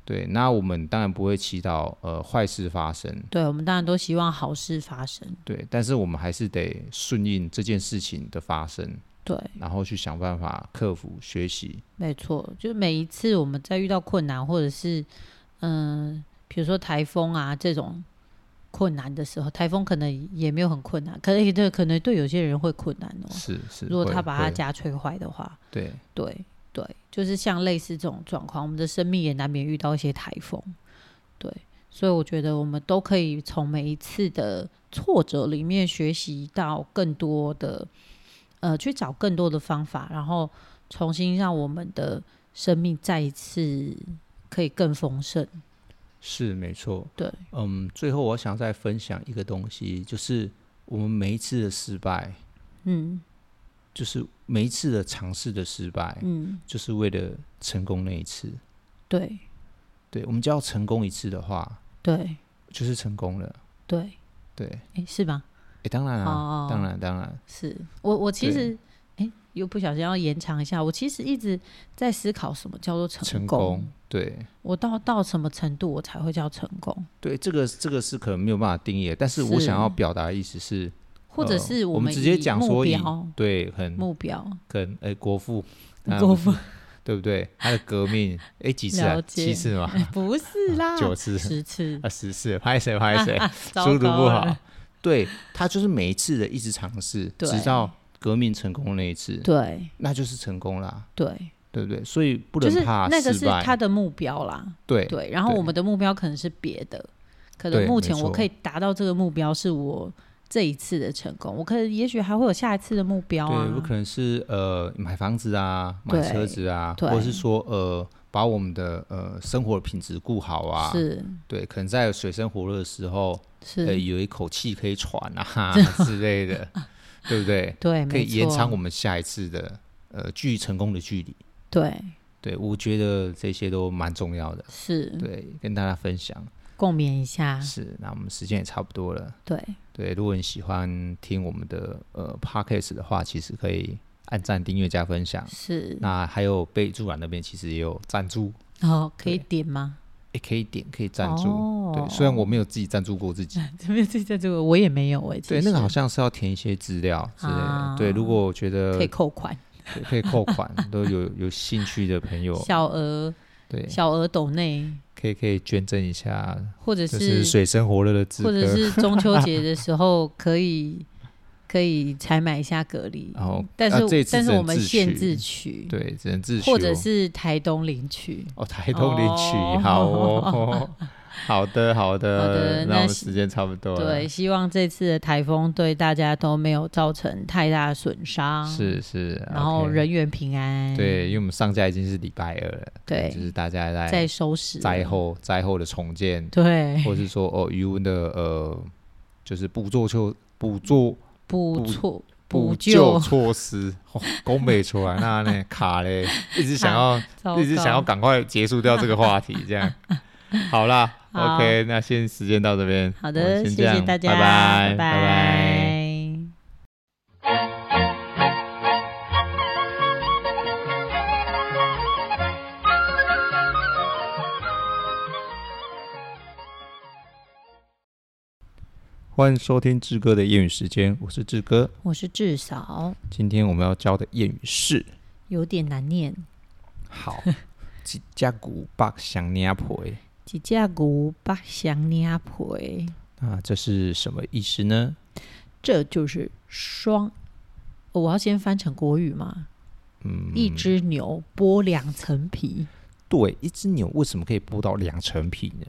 Speaker 1: 对，那我们当然不会祈祷呃坏事发生，
Speaker 2: 对，我们当然都希望好事发生，
Speaker 1: 对，但是我们还是得顺应这件事情的发生，
Speaker 2: 对，
Speaker 1: 然后去想办法克服、学习。
Speaker 2: 没错，就每一次我们在遇到困难，或者是嗯，比如说台风啊这种困难的时候，台风可能也没有很困难，可能对可能对有些人会困难哦。
Speaker 1: 是是，
Speaker 2: 如果
Speaker 1: 会
Speaker 2: 他把他
Speaker 1: 会
Speaker 2: 家吹坏的话，
Speaker 1: 对
Speaker 2: 对对，就是像类似这种状况，我们的生命也难免遇到一些台风，对，所以我觉得我们都可以从每一次的挫折里面学习到更多的，呃，去找更多的方法，然后重新让我们的生命再一次可以更丰盛。
Speaker 1: 是没错。
Speaker 2: 对，
Speaker 1: 嗯，最后我想再分享一个东西，就是我们每一次的失败，
Speaker 2: 嗯
Speaker 1: 就是每一次的尝试的失败，
Speaker 2: 嗯，
Speaker 1: 就是为了成功那一次。
Speaker 2: 对
Speaker 1: 对，我们只要成功一次的话，
Speaker 2: 对
Speaker 1: 就是成功了。
Speaker 2: 对，
Speaker 1: 对，诶，
Speaker 2: 哎，是吗？
Speaker 1: 当然啊，
Speaker 2: 哦
Speaker 1: 当然当然，
Speaker 2: 是我我其
Speaker 1: 对
Speaker 2: 实哎，又不小心要延长一下，我其实一直在思考什么叫做成
Speaker 1: 成功，对。
Speaker 2: 我到到什么程度我才会叫成功，
Speaker 1: 对，这个这个是可能没有办法定义的，但是我
Speaker 2: 是
Speaker 1: 想要表达的意思是，
Speaker 2: 或者
Speaker 1: 呃
Speaker 2: 是
Speaker 1: 我
Speaker 2: 们
Speaker 1: 直接
Speaker 2: 以
Speaker 1: 讲
Speaker 2: 目
Speaker 1: 说以嗯
Speaker 2: 标
Speaker 1: 对，很
Speaker 2: 目标
Speaker 1: 跟诶国父，啊
Speaker 2: 国父
Speaker 1: 对不对？他的革命，诶几次啊
Speaker 2: 了？解
Speaker 1: 七次吗？
Speaker 2: 不是 啦，
Speaker 1: 九次、
Speaker 2: 十次，
Speaker 1: 啊，十次，拍谁拍谁，
Speaker 2: 糟
Speaker 1: 速度
Speaker 2: 糕
Speaker 1: 不
Speaker 2: 了
Speaker 1: 好。对他就是每一次的一直尝试，
Speaker 2: 对
Speaker 1: 直到革命成功那一次，
Speaker 2: 对
Speaker 1: 那就是成功啦，
Speaker 2: 对，
Speaker 1: 对不对？所以不
Speaker 2: 就是
Speaker 1: 能怕
Speaker 2: 那个
Speaker 1: 失
Speaker 2: 是
Speaker 1: 败
Speaker 2: 他的目标啦。
Speaker 1: 对
Speaker 2: 对，然后
Speaker 1: 对
Speaker 2: 我们的目标可能是别的，可
Speaker 1: 对
Speaker 2: 能目
Speaker 1: 没
Speaker 2: 前我
Speaker 1: 错
Speaker 2: 可以达到这个目标是我这一次的成功，我可以也许还会有下一次的目标啊
Speaker 1: 对，。有可能是呃买房子啊，买
Speaker 2: 对
Speaker 1: 车子啊，
Speaker 2: 对
Speaker 1: 或者是说呃把我们的呃生活品质顾好啊，
Speaker 2: 是
Speaker 1: 对，可能在水深火热的时候，
Speaker 2: 是，
Speaker 1: 呃有一口气可以喘啊 之类的，对不对？
Speaker 2: 对，
Speaker 1: 可
Speaker 2: 没
Speaker 1: 以延
Speaker 2: 错
Speaker 1: 长我们下一次的呃距成功的距离。
Speaker 2: 对
Speaker 1: 对，我觉得这些都蛮重要的，
Speaker 2: 是
Speaker 1: 对，跟大家分享。
Speaker 2: 共勉一下，
Speaker 1: 是，那我们时间也差不多了。
Speaker 2: 对
Speaker 1: 对，如果你喜欢听我们的呃 podcast 的话，其实可以按赞、订阅、加分享。
Speaker 2: 是，
Speaker 1: 那还有备注栏那边其实也有赞助，
Speaker 2: 然后哦可以
Speaker 1: 对
Speaker 2: 点吗？
Speaker 1: 也可以点，可以赞助。
Speaker 2: 哦
Speaker 1: 对，虽然我没有自己赞助过自己，
Speaker 2: 这边这这这个我也没有哎，
Speaker 1: 对，
Speaker 2: 其
Speaker 1: 那个
Speaker 2: 实
Speaker 1: 好像是要填一些资料之类的。
Speaker 2: 啊
Speaker 1: 对，如果我觉得
Speaker 2: 可以扣款，
Speaker 1: 对可以扣款， 都有有兴趣的朋友，
Speaker 2: 小额
Speaker 1: 对，
Speaker 2: 小额抖内，
Speaker 1: 可以可以捐赠一下，
Speaker 2: 或者
Speaker 1: 就是
Speaker 2: 是
Speaker 1: 水深火热的资
Speaker 2: 或者
Speaker 1: 格。
Speaker 2: 是中秋节的时候可以 可以采买一下蛤蜊，
Speaker 1: 然后，
Speaker 2: 但是、
Speaker 1: 啊这一次
Speaker 2: 但是
Speaker 1: 只能
Speaker 2: 我们
Speaker 1: 自
Speaker 2: 限
Speaker 1: 取
Speaker 2: 制区，
Speaker 1: 对，只能自
Speaker 2: 嗯
Speaker 1: 哦
Speaker 2: 或者
Speaker 1: 修
Speaker 2: 是台东领区。
Speaker 1: 哦，台东领取，
Speaker 2: 哦
Speaker 1: 好哦， 好的，好的，
Speaker 2: 好的
Speaker 1: 那
Speaker 2: 那
Speaker 1: 我们
Speaker 2: 是
Speaker 1: 时间差不多了，
Speaker 2: 对，，希望这次的台风对大家都没有造成太大的损伤，，
Speaker 1: 是是，
Speaker 2: 然后
Speaker 1: OK
Speaker 2: 人员平安，
Speaker 1: 对，因为我们上架已经是礼拜二了，
Speaker 2: 对
Speaker 1: 就是大家在
Speaker 2: 在收拾
Speaker 1: 灾，后灾后的重建，
Speaker 2: 对，
Speaker 1: 或是说哦余温的呃，就是补救措补救
Speaker 2: 不
Speaker 1: 补
Speaker 2: 错，
Speaker 1: 补救
Speaker 2: 救，
Speaker 1: 措施，哦，拱北出来那呢卡 嘞，一直想要
Speaker 2: 糟
Speaker 1: 一直想要
Speaker 2: 糕
Speaker 1: 赶快结束掉这个话题，这 样好啦
Speaker 2: 好
Speaker 1: o k 那先时间到这边，
Speaker 2: 好
Speaker 1: 我们
Speaker 2: 的，
Speaker 1: 哦先
Speaker 2: 谢
Speaker 1: 这
Speaker 2: 谢
Speaker 1: 样
Speaker 2: 大家，
Speaker 1: 拜拜，
Speaker 2: 拜
Speaker 1: 拜。
Speaker 2: 拜
Speaker 1: 欢迎收听志哥的谚语时间，我是志哥。
Speaker 2: 我是至少
Speaker 1: 今天我们要教的谚语是
Speaker 2: 有点难念，
Speaker 1: “好 几家古巴香尼亚婆
Speaker 2: 几架鼓八香捏皮，”，
Speaker 1: 那这是什么意思呢？
Speaker 2: 这就是双。哦我要先翻成国语吗？
Speaker 1: 嗯，
Speaker 2: 一只牛剥两层皮，
Speaker 1: 对一只牛为什么可以剥到两层皮呢？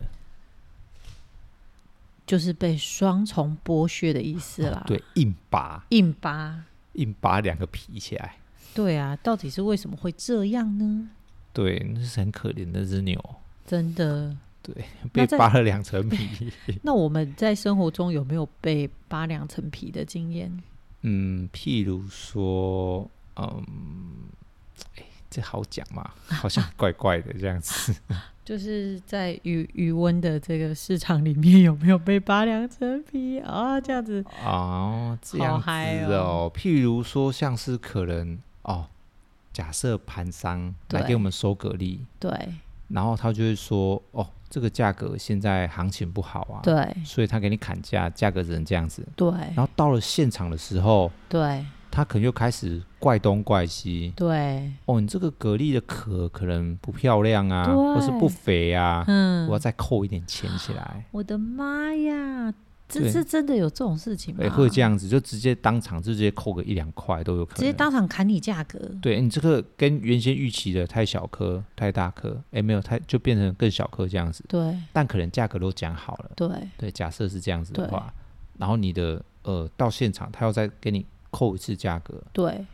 Speaker 2: 就是被双重剥削的意思啦。，
Speaker 1: 啊哦对，硬拔
Speaker 2: 硬扒。
Speaker 1: 硬拔两个皮起来，
Speaker 2: 对啊，到底是为什么会这样呢？
Speaker 1: 对，那是很可怜的那只牛，
Speaker 2: 真的。
Speaker 1: 被
Speaker 2: 在
Speaker 1: 扒了两层 皮。
Speaker 2: 那我们在生活中有没有被扒两层皮的经验？
Speaker 1: 嗯，譬如说，嗯，哎，这好讲嘛，好像怪怪的这样 子。
Speaker 2: 就是在余余温的这个市场里面，有没有被扒两层皮啊？这样子
Speaker 1: 哦，这
Speaker 2: 好
Speaker 1: 样子
Speaker 2: 嗨
Speaker 1: 哦。譬如说，像是可能哦，假设盘商来
Speaker 2: 对
Speaker 1: 给我们收蛤蜊，
Speaker 2: 对
Speaker 1: 然后他就会说，哦，这个价格现在行情不好啊，，
Speaker 2: 对
Speaker 1: 所以他给你砍价，价格只能这样子。
Speaker 2: 对
Speaker 1: 然后到了现场的时候，
Speaker 2: 对
Speaker 1: 他可能又开始怪东怪西，
Speaker 2: 对，
Speaker 1: 哦，你这个蛤蜊的壳可能不漂亮啊，或是不
Speaker 2: 对
Speaker 1: 肥啊，
Speaker 2: 嗯
Speaker 1: 我要再扣一点钱起来。
Speaker 2: 我的妈呀，这
Speaker 1: 对
Speaker 2: 是真的有这种事情吗？
Speaker 1: 哎，会这样子，就直接当场就直接扣个一两块都有可能。
Speaker 2: 直接当场砍你价格？
Speaker 1: 对你这个跟原先预期的太小颗、太大颗，哎，没有太就变成更小颗这样子，
Speaker 2: 对
Speaker 1: 但可能价格都讲好了。
Speaker 2: 对
Speaker 1: 对，假设是这样子的
Speaker 2: 对
Speaker 1: 话，然后你的呃到现场他要再给你扣一次价格，
Speaker 2: 对，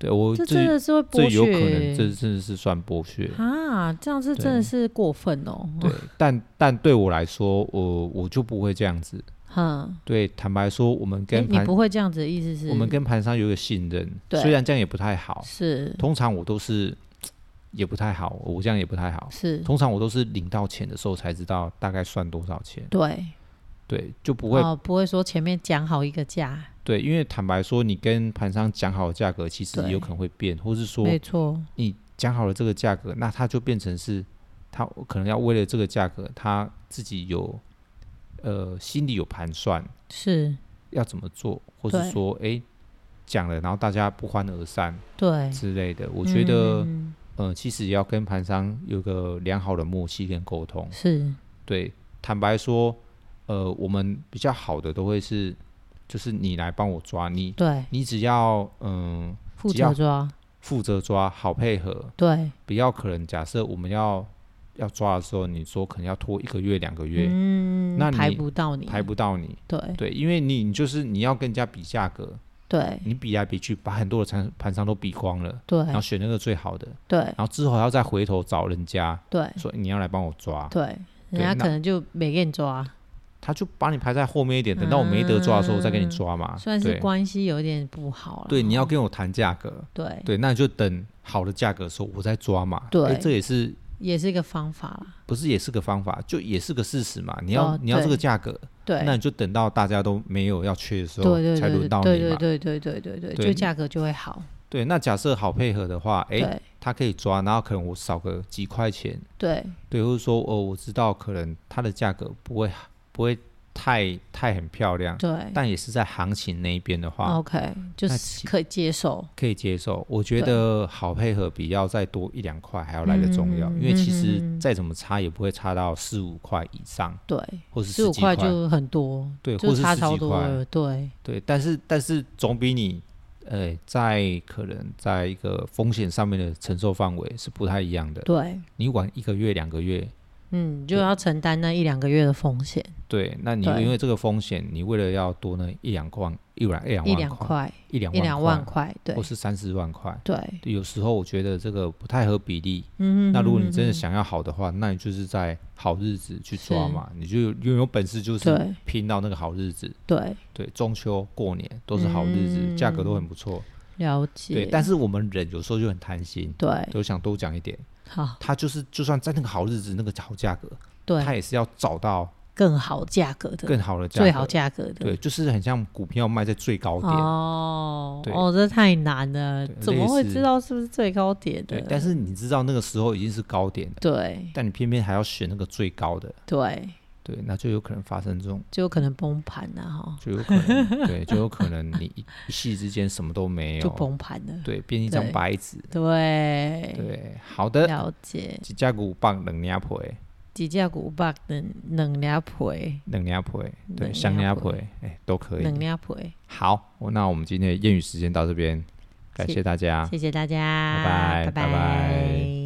Speaker 1: 对我
Speaker 2: 这真
Speaker 1: 这
Speaker 2: 的是会
Speaker 1: 这
Speaker 2: 剥
Speaker 1: 有可能这
Speaker 2: 削欸
Speaker 1: 真的是算剥削。
Speaker 2: 啊！这样是真的
Speaker 1: 对
Speaker 2: 是过分哦。
Speaker 1: 对，但但对我来说，我我就不会这样子。
Speaker 2: 哼，
Speaker 1: 对，坦白说，我们
Speaker 2: 你
Speaker 1: 跟
Speaker 2: 你
Speaker 1: 盘
Speaker 2: 不会这样子的意思是？
Speaker 1: 我们跟盘商有一个信任，
Speaker 2: 对
Speaker 1: 虽然这样也不太好，
Speaker 2: 是
Speaker 1: 通常我都是也不太好，我这样也不太好。
Speaker 2: 是，
Speaker 1: 通常我都是领到钱的时候才知道大概算多少钱，
Speaker 2: 对，
Speaker 1: 对，就不会、
Speaker 2: 哦，不会说前面讲好一个价，
Speaker 1: 对，因为坦白说，你跟盘商讲好的价格，其实
Speaker 2: 对
Speaker 1: 有可能会变，或是说
Speaker 2: 没错，
Speaker 1: 你讲好了这个价格，那他就变成是他可能要为了这个价格，他自己有呃心里有盘算
Speaker 2: 是
Speaker 1: 要怎么做，或是
Speaker 2: 对
Speaker 1: 说诶讲了，然后大家不欢而散
Speaker 2: 对。
Speaker 1: 之类的。我觉得，
Speaker 2: 嗯
Speaker 1: 呃，其实也要跟盘商有个良好的默契跟沟通。
Speaker 2: 是
Speaker 1: 对，坦白说，呃，我们比较好的都会是，就是你来帮我抓，你
Speaker 2: 对，
Speaker 1: 你只要嗯
Speaker 2: 负
Speaker 1: 只要
Speaker 2: 责抓，
Speaker 1: 负责抓，好配合，
Speaker 2: 对，
Speaker 1: 不要可能假设我们要要抓的时候，你说可能要拖一个月两个月、
Speaker 2: 嗯，
Speaker 1: 那
Speaker 2: 排
Speaker 1: 你
Speaker 2: 不到你，
Speaker 1: 排不到你，
Speaker 2: 对
Speaker 1: 对，因为你你就是你要跟人家比价格，
Speaker 2: 对
Speaker 1: 你比来比去，把很多的盘盘商都比光了，然后
Speaker 2: 对
Speaker 1: 选那个最好的，
Speaker 2: 对
Speaker 1: 然后之后还要再回头找人家
Speaker 2: 对
Speaker 1: 说你要来帮我抓，
Speaker 2: 对，人
Speaker 1: 对
Speaker 2: 家
Speaker 1: 那啊
Speaker 2: 可能就没给你抓，
Speaker 1: 他就把你排在后面一点，等到我没得抓的时候我再给你抓嘛，
Speaker 2: 算嗯是
Speaker 1: 对
Speaker 2: 关系有点不好了。
Speaker 1: 对，你要跟我谈价格，
Speaker 2: 对，
Speaker 1: 对，那你就等好的价格的时候我再抓嘛，
Speaker 2: 对
Speaker 1: 诶这也是
Speaker 2: 也是一个方法啦。
Speaker 1: 不是也是个方法，就也是个事实嘛，你要、
Speaker 2: 哦
Speaker 1: 你要这
Speaker 2: 对
Speaker 1: 个价格，
Speaker 2: 对，
Speaker 1: 那你就等到大家都没有要缺的时候
Speaker 2: 对对
Speaker 1: 才
Speaker 2: 对
Speaker 1: 轮到你嘛，
Speaker 2: 对对对对对对对，
Speaker 1: 对
Speaker 2: 就价格就会好。
Speaker 1: 对，那假设好配合的话，诶，
Speaker 2: 对
Speaker 1: 他可以抓，然后可能我少个几块钱，
Speaker 2: 对
Speaker 1: 对，或者说哦，我知道可能它的价格不会不会太太很漂亮，
Speaker 2: 对哦
Speaker 1: 但也是在行情那一边的话、
Speaker 2: ，OK，就
Speaker 1: 那
Speaker 2: 是
Speaker 1: 其
Speaker 2: 可以接受。
Speaker 1: 可以接受。我觉得好配合比要再多一两块还要来的重要，
Speaker 2: 嗯
Speaker 1: 因为其
Speaker 2: 嗯嗯
Speaker 1: 实
Speaker 2: 嗯
Speaker 1: 再怎么差也不会差到四五块以上，
Speaker 2: 对，
Speaker 1: 或是
Speaker 2: 十
Speaker 1: 十
Speaker 2: 五
Speaker 1: 几
Speaker 2: 块就很多，
Speaker 1: 对，或
Speaker 2: 就是差
Speaker 1: 十
Speaker 2: 超
Speaker 1: 几
Speaker 2: 多
Speaker 1: 块
Speaker 2: 了。对
Speaker 1: 对，但是但是总比你。呃，在可能在一个风险上面的承受范围是不太一样的。
Speaker 2: 对，
Speaker 1: 你晚一个月、两个月，
Speaker 2: 嗯，就要承担那一两个月的风险，
Speaker 1: 对，那你
Speaker 2: 对
Speaker 1: 因为这个风险，你为了要多那一两块、一两一两
Speaker 2: 一
Speaker 1: 万
Speaker 2: 两
Speaker 1: 块、
Speaker 2: 块，
Speaker 1: 一两
Speaker 2: 一两万
Speaker 1: 块，
Speaker 2: 块，对
Speaker 1: 或是三四万块，
Speaker 2: 对，
Speaker 1: 有时候我觉得这个不太合比例。
Speaker 2: 嗯哼哼哼哼，
Speaker 1: 那如果你真的想要好的话，那你就是在好日子去抓
Speaker 2: 是
Speaker 1: 嘛，你就有有本事就是
Speaker 2: 对
Speaker 1: 拼到那个好日子。
Speaker 2: 嗯对
Speaker 1: 对，中秋、过年都是好日
Speaker 2: 嗯
Speaker 1: 子，价格都很不错。
Speaker 2: 了
Speaker 1: 对，
Speaker 2: 解，
Speaker 1: 但是我们人有时候就很贪心，
Speaker 2: 对
Speaker 1: 都想多讲一点。
Speaker 2: 好
Speaker 1: 他就是就算在那个好日子、那个好价格，他
Speaker 2: 对
Speaker 1: 也是要找到
Speaker 2: 更好价格的
Speaker 1: 更好的价
Speaker 2: 最
Speaker 1: 格，
Speaker 2: 好价格的
Speaker 1: 对，就是很像股票卖在最高点，
Speaker 2: 哦
Speaker 1: 对
Speaker 2: 哦，这太难了，
Speaker 1: 对
Speaker 2: 怎么会
Speaker 1: 类似
Speaker 2: 知道是不是最高点的
Speaker 1: 对。？但是你知道那个时候已经是高点了，
Speaker 2: 对
Speaker 1: 但你偏偏还要选那个最高的，
Speaker 2: 对，
Speaker 1: 对，那就有可能发生这种，
Speaker 2: 就有可能崩盘了哈，
Speaker 1: 就有可 能，对，就有可能你一一夕之间什么都没
Speaker 2: 就
Speaker 1: 有，
Speaker 2: 崩盘了。
Speaker 1: 对，变一张
Speaker 2: 对
Speaker 1: 白纸，
Speaker 2: 对，
Speaker 1: 对，好的，
Speaker 2: 了解。
Speaker 1: 几家股棒冷压婆哎，
Speaker 2: 几架股把能能两倍，
Speaker 1: 冷压婆哎，对，
Speaker 2: 冷
Speaker 1: 香
Speaker 2: 压
Speaker 1: 压婆
Speaker 2: 婆
Speaker 1: 哎，哎，都可
Speaker 2: 能
Speaker 1: 以。
Speaker 2: 两倍。
Speaker 1: 好，那我们今天的谚语时间到这边，感
Speaker 2: 谢
Speaker 1: 谢大家，
Speaker 2: 谢谢大家，
Speaker 1: 拜拜
Speaker 2: 拜
Speaker 1: 拜拜